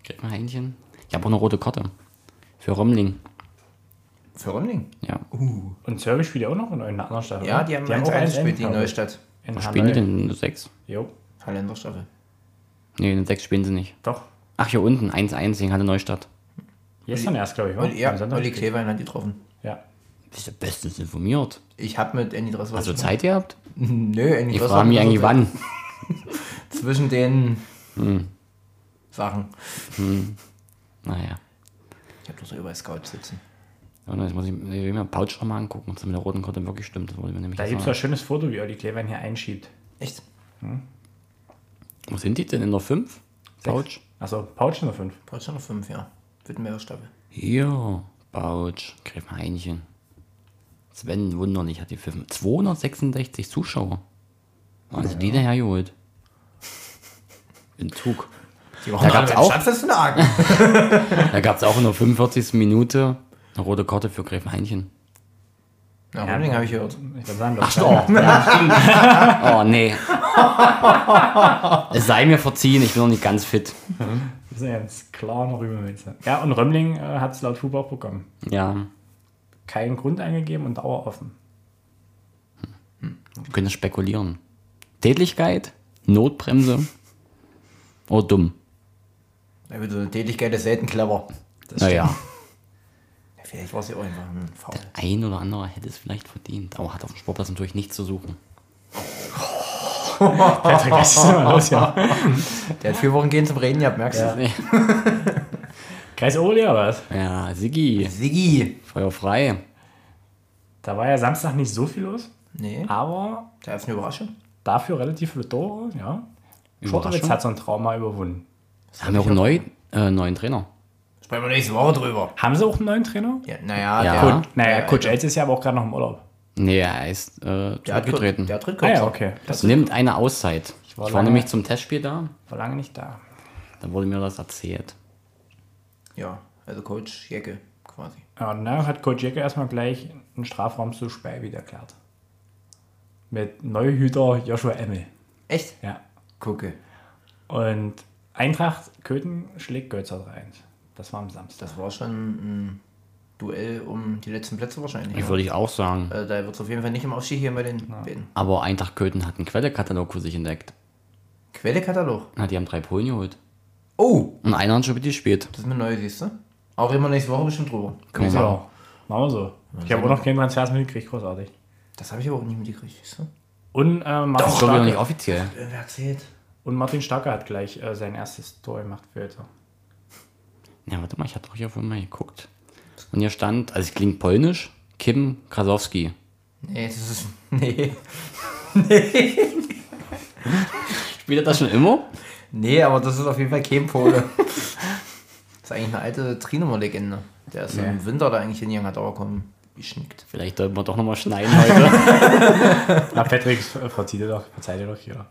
Speaker 1: Gräfenheinchen. Ich habe auch eine rote Kotte. Für Romling.
Speaker 2: Für Römling.
Speaker 1: Ja.
Speaker 3: Und Service spielt ja auch noch in einer anderen Staffel.
Speaker 2: Ja,
Speaker 3: oder?
Speaker 2: die haben 1-1 gespielt, die
Speaker 3: glaub ich.
Speaker 2: Neustadt.
Speaker 3: In
Speaker 1: Was
Speaker 3: Hanoi.
Speaker 1: spielen die denn? Eine 6?
Speaker 3: Jo,
Speaker 2: Holländer Staffel.
Speaker 1: Nee, eine 6 spielen sie nicht.
Speaker 3: doch.
Speaker 1: Ach, hier unten. 1-1 gegen Halle Neustadt.
Speaker 3: Gestern erst, glaube ich, wa?
Speaker 2: Olli, ja,
Speaker 3: Am Sonntag
Speaker 2: Olli
Speaker 3: gespielt.
Speaker 2: Klevein hat die getroffen.
Speaker 3: Ja.
Speaker 1: Bist du bestens informiert.
Speaker 2: Ich habe mit Andy Dressler...
Speaker 1: Hast du Zeit gehabt?
Speaker 2: [laughs] Nö, Andy
Speaker 1: Ich
Speaker 2: Dressler...
Speaker 1: frage Also mich
Speaker 2: hat
Speaker 1: eigentlich
Speaker 2: so
Speaker 1: wann.
Speaker 2: Zwischen den Sachen.
Speaker 1: Naja.
Speaker 2: Ich habe doch so über Scout sitzen.
Speaker 1: Und jetzt muss ich ich will mir Pouch nochmal angucken, ob es mit der roten Karte wirklich stimmt. Das wurde mir nämlich
Speaker 3: Da gibt es
Speaker 1: gesagt.
Speaker 3: ein schönes Foto, wie Olli Klevein hier einschiebt.
Speaker 2: Echt?
Speaker 1: Wo sind die denn? In der 5? Pouch?
Speaker 3: Achso, Pouch Nummer 5.
Speaker 2: Brauchst du noch fünf, ja. Württemberger Staffel.
Speaker 1: Hier. Pouch. Gräfenheinchen. Sven Wunderlich hat die Pfiffen. 266 Zuschauer. Also die daher geholt. Im Zug.
Speaker 2: Die waren
Speaker 1: gab's
Speaker 2: alle
Speaker 1: auch-
Speaker 2: beim Stadtfestlagen.
Speaker 1: Da gab es auch in der 45. Minute eine rote Karte für Gräfeinchen.
Speaker 2: Ja, Hamling habe ich gehört.
Speaker 3: Ich kann sagen,
Speaker 1: Ach [laughs] doch. [laughs] Oh nee. Es sei mir verziehen, ich bin noch nicht ganz fit.
Speaker 3: Wir sind jetzt klar noch Rübenwitze. Ja, und Römmling äh, hat es laut Fuba auch bekommen.
Speaker 1: Ja.
Speaker 3: Keinen Grund eingegeben und Dauer offen.
Speaker 2: [laughs]
Speaker 1: Wir können spekulieren. Tätigkeit, Notbremse oder dumm.
Speaker 2: Also, so eine Tätigkeit ist selten clever.
Speaker 1: Naja,
Speaker 2: Vielleicht war sie auch einfach ein Faul. [laughs]
Speaker 1: ein oder anderer hätte es vielleicht verdient, aber hat auf dem Sportplatz natürlich nichts zu suchen.
Speaker 3: Patrick, was ist denn los hier?
Speaker 2: Der hat vier Wochen gehen zum Reden gehabt, merkst du?
Speaker 3: Kreis Oli oder was?
Speaker 1: Ja, Siggi,
Speaker 2: Siggi.
Speaker 1: Feuer frei.
Speaker 3: Da war ja Samstag nicht so viel los,
Speaker 2: Nee.
Speaker 3: Ah. aber
Speaker 2: Da ist eine Überraschung.
Speaker 3: dafür relativ viele Tore, ja.
Speaker 1: Überraschung.
Speaker 3: Schotterwitz hat so ein Trauma überwunden.
Speaker 1: haben wir auch einen neu, äh, neuen Trainer.
Speaker 2: Sprechen wir nächste Woche drüber.
Speaker 3: Haben sie auch einen neuen Trainer?
Speaker 2: Ja, naja,
Speaker 1: Ah. Ja.
Speaker 2: der,
Speaker 1: Cool.
Speaker 3: Naja, Coach Elz ist ja aber auch gerade noch im Urlaub.
Speaker 1: Nee, er ist äh,
Speaker 2: der hat
Speaker 1: zurückgetreten.
Speaker 2: Der hat tritt
Speaker 3: Ah
Speaker 2: kurz.
Speaker 3: ja, okay. Das
Speaker 1: Nimmt eine Auszeit. Ich war,
Speaker 3: war lange-
Speaker 1: nämlich zum Testspiel da,
Speaker 3: war lange nicht da.
Speaker 1: da wurde mir das erzählt.
Speaker 2: ja, also Coach Jecke quasi.
Speaker 3: Ja, und dann hat Coach Jäger erstmal gleich einen Strafraum zu Spey wieder erklärt. Mit Neuhüter Joshua Emmel.
Speaker 2: Echt?
Speaker 3: Ja.
Speaker 2: Gucke.
Speaker 3: Und Eintracht Köthen schlägt Götzer 3-1. Das war am Samstag.
Speaker 2: Das war schon ein Duell um die letzten Plätze wahrscheinlich.
Speaker 1: Ich
Speaker 2: ja.
Speaker 1: würde ich auch sagen.
Speaker 2: Also da wird es auf jeden Fall nicht im Aufstieg hier bei den beiden.
Speaker 1: Aber Eintracht Köthen hat einen Quellekatalog für sich entdeckt.
Speaker 2: Quellekatalog.
Speaker 1: Na, die haben drei Polen geholt.
Speaker 2: Oh,
Speaker 1: Und einer hat schon wieder gespielt.
Speaker 2: das ist eine neue, siehst du? Auch reden wir nächste Woche bestimmt drüber.
Speaker 1: Können wir machen.
Speaker 3: So, machen wir so. Ich habe auch noch keinen Transfers mitgekriegt, großartig.
Speaker 2: Das habe ich aber auch nicht mitgekriegt, siehst du?
Speaker 3: Und, äh, Martin,
Speaker 1: Ich glaube noch nicht
Speaker 3: Starke,
Speaker 1: offiziell.
Speaker 2: Irgendwer erzählt.
Speaker 3: und Martin Starke hat gleich äh, sein erstes Tor gemacht für Götzer.
Speaker 1: Ja, warte mal, ich hatte doch hier vorhin mal geguckt. Und hier stand, also es klingt polnisch, Kim Krasowski.
Speaker 2: Nee, das ist. [laughs] Nee.
Speaker 1: Spielt er das schon immer?
Speaker 2: Nee, aber das ist auf jeden Fall kein
Speaker 3: [laughs]
Speaker 2: Pole. das ist eigentlich eine alte Trinummer-Legende. Der ist im Winter da eigentlich in hat aber komm, geschnickt.
Speaker 1: Vielleicht sollten wir doch nochmal
Speaker 2: [laughs]
Speaker 1: schneiden heute.
Speaker 3: Na, Patrick, äh, verzieht dir doch, verzeiht dir doch hier.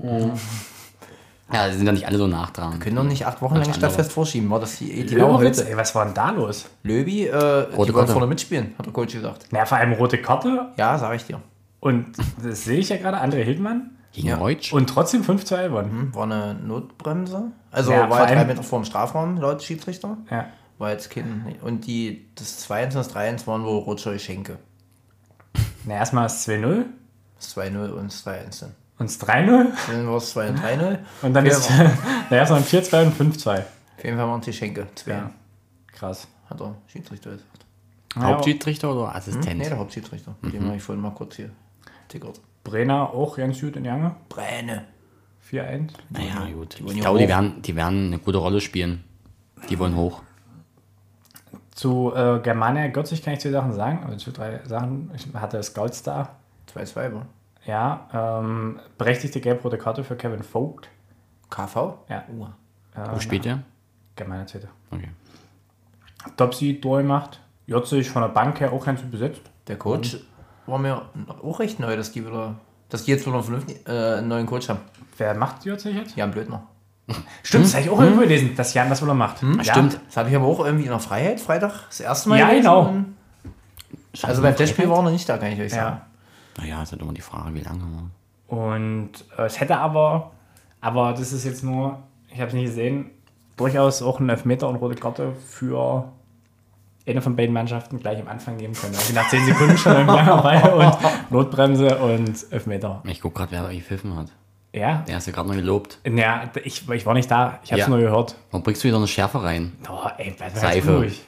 Speaker 1: ja, die sind ja nicht alle so nachtragend.
Speaker 2: Können doch nicht acht Wochen lang
Speaker 1: Was
Speaker 2: Stadtfest vorschieben, war das die, die Laura
Speaker 3: Löwitz,
Speaker 2: heute?
Speaker 3: ey, was war denn da los?
Speaker 2: Löbi, äh,
Speaker 1: Rote
Speaker 2: die wollen
Speaker 1: Karte.
Speaker 2: vorne mitspielen, hat der Coach gesagt.
Speaker 3: Na, vor allem rote Karte
Speaker 2: Ja, sag ich dir.
Speaker 3: und das sehe ich ja gerade, André Hildmann.
Speaker 1: Gegen
Speaker 2: Ja.
Speaker 1: Reutsch?
Speaker 3: Und trotzdem 5 zu 11 gewonnen.
Speaker 2: War eine Notbremse. Also
Speaker 3: Ja, vor
Speaker 2: war ja drei
Speaker 3: allem-
Speaker 2: Meter vor dem Strafraum, laut Schiedsrichter.
Speaker 3: Ja.
Speaker 2: War jetzt kein. Und die, das 2-1 und das 3-1 waren wohl Rutscher Geschenke.
Speaker 3: Na, erstmal das 2-0
Speaker 2: Das 2-0 und das 3-1 dann.
Speaker 3: und das 3-0
Speaker 2: Dann war es 2 und 3-0.
Speaker 3: und dann
Speaker 2: Ja,
Speaker 3: ist [laughs] na, erstmal ein 4-2 und 5-2.
Speaker 2: Auf jeden Fall waren es die Schenke. Zwei,
Speaker 3: Ja. Krass.
Speaker 2: hat der Schiedsrichter gesagt.
Speaker 1: Hauptschiedsrichter oder Assistent?
Speaker 2: Nee, der Hauptschiedsrichter. Mit
Speaker 3: Mhm.
Speaker 2: dem habe ich vorhin mal kurz hier tickert.
Speaker 3: Brenner auch ganz gut in Jange.
Speaker 2: Brenne.
Speaker 3: 4-1.
Speaker 1: naja, gut.
Speaker 2: wollen
Speaker 1: Ich
Speaker 2: ja
Speaker 1: glaube, die
Speaker 2: hoch.
Speaker 1: werden, die werden eine gute Rolle spielen. Die wollen hoch.
Speaker 3: Zu äh, Germania Götzig kann ich zwei Sachen sagen. Also zu drei Sachen. Ich hatte Scouts da.
Speaker 2: 2-2 war.
Speaker 3: Ja. Ähm, berechtigte gelb-rote Karte für Kevin Vogt.
Speaker 2: KV?
Speaker 3: Ja.
Speaker 2: Uah.
Speaker 1: Wo spielt der?
Speaker 3: Germania zweite.
Speaker 1: Okay.
Speaker 3: Topsy Tor gemacht. Jotzig von der Bank her auch ganz gut besetzt.
Speaker 2: Der Coach war mir auch recht neu, dass die wieder, dass die jetzt wieder einen, vernünftigen, äh, einen neuen Coach haben.
Speaker 3: Wer macht Jotzig jetzt?
Speaker 2: Jan Blödner.
Speaker 3: Stimmt, das habe ich auch irgendwo gelesen, dass Jan das wohl macht. Ja.
Speaker 1: Hm? Stimmt.
Speaker 2: Das habe ich aber auch irgendwie in der Freiheit, Freitag, das erste Mal.
Speaker 3: Ja,
Speaker 2: gelesen
Speaker 3: genau.
Speaker 2: und- Also beim Testspiel war er noch nicht da, kann ich euch sagen.
Speaker 3: Ja.
Speaker 1: Naja, ist halt immer die Frage, wie lange. man-
Speaker 3: Und äh, es hätte aber, aber das ist jetzt nur, ich habe es nicht gesehen, durchaus auch einen Elfmeter und rote Karte für eine von beiden Mannschaften gleich am Anfang geben können. Also nach 10 Sekunden schon in Langeweile und Notbremse und Elfmeter.
Speaker 1: Ich gucke gerade, wer da gepfiffen hat.
Speaker 3: Ja,
Speaker 1: Der ist ja gerade noch gelobt.
Speaker 3: ja ich, ich war nicht da, ich habe es
Speaker 1: Ja.
Speaker 3: nur gehört.
Speaker 1: Warum bringst du wieder eine Schärfe rein?
Speaker 3: Boah, ey, bleib mal
Speaker 1: Seife.
Speaker 3: ganz ruhig.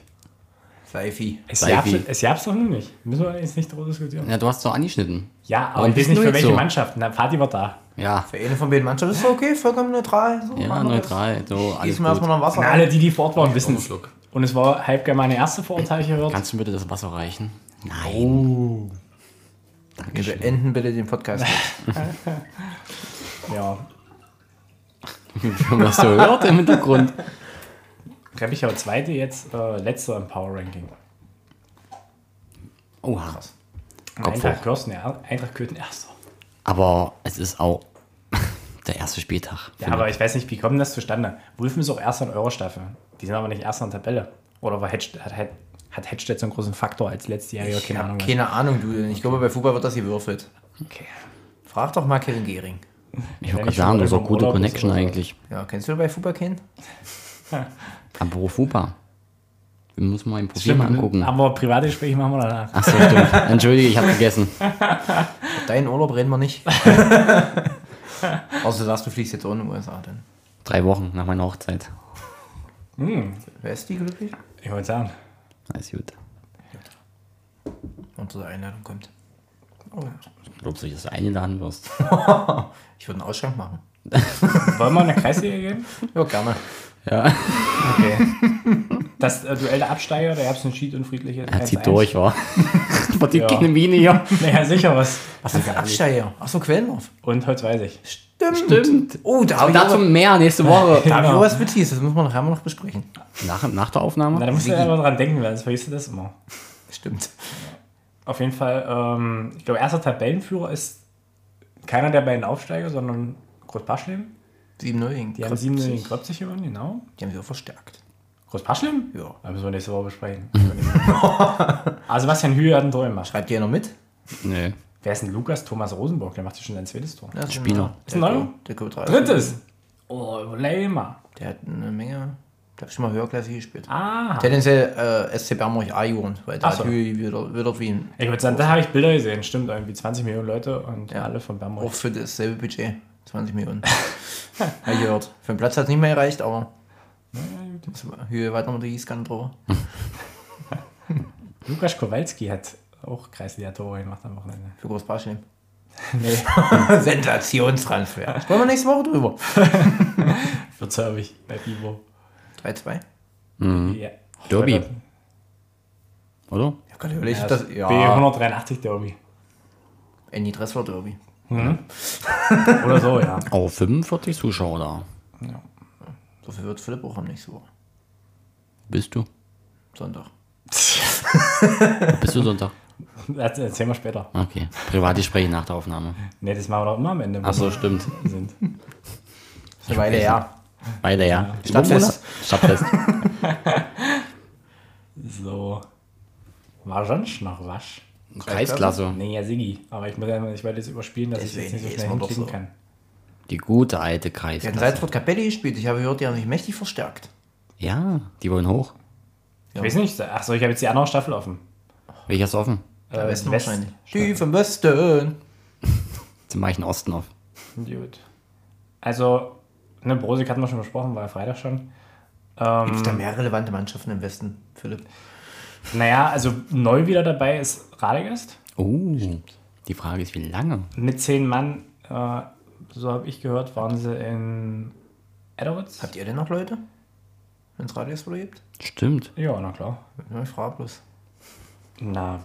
Speaker 2: Seifi.
Speaker 3: Es
Speaker 1: Seifi.
Speaker 3: gab's- Es gab's doch nur nicht. Müssen wir jetzt nicht darüber diskutieren.
Speaker 1: Ja, du hast doch angeschnitten.
Speaker 3: Ja, aber
Speaker 1: Warum
Speaker 3: ich weiß
Speaker 1: bist
Speaker 3: nicht
Speaker 1: du
Speaker 3: für
Speaker 1: jetzt
Speaker 3: welche
Speaker 1: so?
Speaker 3: Mannschaften. Na, Vati war da.
Speaker 1: Ja,
Speaker 2: Für eine von beiden Mannschaften ist okay, vollkommen neutral. So
Speaker 1: ja
Speaker 2: machen wir
Speaker 1: neutral. So,
Speaker 2: Das.
Speaker 1: alles
Speaker 2: Gießen wir erstmal
Speaker 1: gut.
Speaker 2: noch ein Wasser.
Speaker 3: Na,
Speaker 2: rein.
Speaker 3: alle, die, die vor Ort waren, wissen es.
Speaker 1: Schluck.
Speaker 3: Und es war halb gar meine erste Vorurteil gehört.
Speaker 1: Kannst du bitte das Wasser reichen? Nein.
Speaker 3: Oh.
Speaker 2: Wir beenden bitte den Podcast.
Speaker 3: Ja,
Speaker 1: Was du hört im
Speaker 3: [laughs]
Speaker 1: Hintergrund.
Speaker 3: Reppichau zweite, jetzt äh, letzter im Power Ranking.
Speaker 1: Oha. Kopf
Speaker 3: Eintracht
Speaker 1: hoch.
Speaker 3: Klossen, ja. Eintracht Köthen erster.
Speaker 1: Aber es ist auch [laughs] der erste Spieltag.
Speaker 3: Ja, aber ich weiß nicht, wie kommt denn das zustande? Wulfen ist auch erster in eurer Staffel. Die sind aber nicht erster in der Tabelle. Oder war Hedstedt, hat, hat, hat Hedstedt so einen großen Faktor als letztjähriger?
Speaker 2: Ich
Speaker 3: Keine
Speaker 2: habe
Speaker 3: Ahnung. was.
Speaker 2: keine Ahnung, du. Ich glaube, bei Fußball wird das gewürfelt.
Speaker 3: Okay.
Speaker 2: Frag doch mal Kevin Gehring.
Speaker 1: ich wollte
Speaker 3: wenn ich
Speaker 1: gerade sagen,
Speaker 3: schon
Speaker 1: das ist auch
Speaker 3: im
Speaker 1: gute
Speaker 3: Urlaub ist
Speaker 1: Connection
Speaker 3: oder so.
Speaker 1: eigentlich.
Speaker 2: Ja, kennst du bei Fußball keinen?
Speaker 1: Apropos Fupa. Wir müssen mal im Profil
Speaker 3: Stimmt, ne?
Speaker 1: mal angucken.
Speaker 3: Aber private Gespräche machen wir danach.
Speaker 1: Achso, stimmt. Entschuldige, ich habe vergessen.
Speaker 2: Deinen Urlaub reden wir nicht. Außer du sagst, du fliegst jetzt auch in die USA dann.
Speaker 1: Drei Wochen nach meiner Hochzeit.
Speaker 3: Hm,
Speaker 2: Wer ist die glücklich?
Speaker 3: ich wollte sagen.
Speaker 1: Alles gut.
Speaker 2: Und zu der Einladung kommt.
Speaker 1: Glaubst du, dass du eingeladen wirst?
Speaker 2: Ich würde einen Ausschank machen.
Speaker 3: Wollen wir in der Kreisliga gehen?
Speaker 2: Ja, gerne.
Speaker 1: Ja,
Speaker 3: Okay. Das äh, Duell der Absteiger, da gab es ein Schied und friedliches.
Speaker 1: er
Speaker 3: 1-1.
Speaker 1: zieht durch, wa? Verdient
Speaker 3: Ja.
Speaker 1: keine Mine hier.
Speaker 3: [laughs] Naja, sicher was.
Speaker 2: Was ist denn für Absteiger? Achso, Quellenhof.
Speaker 3: Und heute weiß ich.
Speaker 2: Stimmt.
Speaker 1: Stimmt.
Speaker 2: Oh, da habe
Speaker 1: Aber
Speaker 2: ich,
Speaker 1: dazu
Speaker 2: aber-
Speaker 1: mehr nächste Woche.
Speaker 3: [laughs]
Speaker 2: da hab ich
Speaker 3: Genau.
Speaker 2: auch was Witziges. Das müssen wir nachher mal noch besprechen.
Speaker 1: Nach, nach der
Speaker 3: Na, da
Speaker 1: Aufnahme?
Speaker 3: musst du
Speaker 2: Sigi.
Speaker 3: ja immer dran denken, weil sonst vergisst du das immer.
Speaker 2: Stimmt.
Speaker 3: Auf jeden Fall, ähm, ich glaube, erster Tabellenführer ist keiner der beiden Aufsteiger, sondern Großpaschlim.
Speaker 2: 7-0 gegen
Speaker 3: Die haben
Speaker 2: Kreuzzig.
Speaker 3: 7 gegen Klopzig gewonnen, genau.
Speaker 2: Die haben sie auch verstärkt.
Speaker 3: Großpaschlim?
Speaker 2: Ja.
Speaker 3: Da müssen wir nächste Woche besprechen. [laughs] also Sebastian Hühe hat ein Tor gemacht.
Speaker 2: Schreibt ihr noch mit? Ne,
Speaker 1: Nö.
Speaker 3: Wer ist denn Lukas Thomas Rosenburg? Der macht ja schon sein zweites Tor.
Speaker 2: Ja, das ist
Speaker 1: Spieler.
Speaker 2: ein-
Speaker 3: Ist ein
Speaker 2: der-
Speaker 3: Neuer?
Speaker 2: Der Kurt
Speaker 3: Drittes! Oh, überleg mal.
Speaker 2: Der hat eine Menge. Der hat schon mal höherklassig gespielt.
Speaker 3: Ah.
Speaker 2: Tendenziell äh, SC Bernburg A-Jugend, weil da
Speaker 3: Ach so.
Speaker 2: hat Hügel wieder, wieder wie ein,
Speaker 3: Ich würde sagen, da habe ich Bilder gesehen. Stimmt, irgendwie 20 Millionen Leute und alle von
Speaker 2: auch
Speaker 3: Bernburg.
Speaker 2: für dasselbe Budget. 20
Speaker 3: [laughs]
Speaker 2: Millionen. Hab ich gehört. Für den Platz hat es nicht mehr erreicht, aber Hügel weiter mit der Gießkanne drüber.
Speaker 3: Lukas Kowalski hat auch Kreisliga-Tore gemacht am Wochenende.
Speaker 2: Für Groß
Speaker 3: [laughs]
Speaker 2: Barschelm.
Speaker 3: nee,
Speaker 2: Sensationstransfer. Wollen wir nächste Woche drüber?
Speaker 3: verzeih mich. Bei Bibo.
Speaker 2: 3-2.
Speaker 3: Ja.
Speaker 1: Derby, oder?
Speaker 2: Ja, Gott, überleg ich
Speaker 3: Ja,
Speaker 2: das. Ja,
Speaker 3: B183 Derby.
Speaker 2: Andy Dressler Derby.
Speaker 3: Oder so, ja.
Speaker 1: Oh, 45 Zuschauer da.
Speaker 2: So viel wird Philipp auch am nächsten Woche.
Speaker 1: Bist du?
Speaker 2: Sonntag.
Speaker 1: Bist du Sonntag?
Speaker 3: Das erzählen wir später.
Speaker 1: Okay. Privatgespräche nach der Aufnahme.
Speaker 3: Ne, das machen wir doch immer am Ende. wenn
Speaker 1: Achso,
Speaker 3: wir
Speaker 1: stimmt.
Speaker 3: Sind.
Speaker 2: Ist eine Weile her.
Speaker 1: Weiter, ja.
Speaker 2: Stadtfest.
Speaker 3: [laughs]
Speaker 1: Stadtfest.
Speaker 3: So. War sonst noch was?
Speaker 1: Kreisklasse.
Speaker 3: Nee, ja, Siggi. Aber ich, muss, ja- ich werde jetzt überspielen, dass ich
Speaker 2: Deswegen
Speaker 3: jetzt nicht so
Speaker 2: ist
Speaker 3: schnell
Speaker 2: man doch
Speaker 3: hinklicken
Speaker 2: so.
Speaker 3: kann.
Speaker 1: Die gute alte
Speaker 2: Wir hatten
Speaker 1: Kreisklasse.
Speaker 2: Salzburg Kapelle gespielt. Ich habe gehört, die haben sich mächtig verstärkt.
Speaker 1: Ja, die wollen hoch.
Speaker 2: Ja.
Speaker 3: Ich weiß nicht. Achso, ich habe jetzt die andere Staffel offen.
Speaker 1: Welcher ist offen?
Speaker 2: Am
Speaker 3: Äh,
Speaker 2: besten
Speaker 3: West-
Speaker 2: wahrscheinlich. Die vom Westen.
Speaker 1: Zum Beispiel Osten auf.
Speaker 3: Gut. Also, ne, Brosig hatten wir schon besprochen, war ja Freitag schon.
Speaker 2: Gibt es da mehr relevante Mannschaften im Westen, Philipp?
Speaker 3: Naja, also neu wieder dabei ist Radegast
Speaker 1: Oh, die Frage ist, wie lange?
Speaker 3: mit zehn Mann. Äh, so habe ich gehört, waren sie in Edwards.
Speaker 2: Habt ihr denn noch Leute? Wenn es Radius wieder gibt?
Speaker 1: Stimmt.
Speaker 3: Ja, na klar.
Speaker 2: Ja, ich frage bloß.
Speaker 3: Na,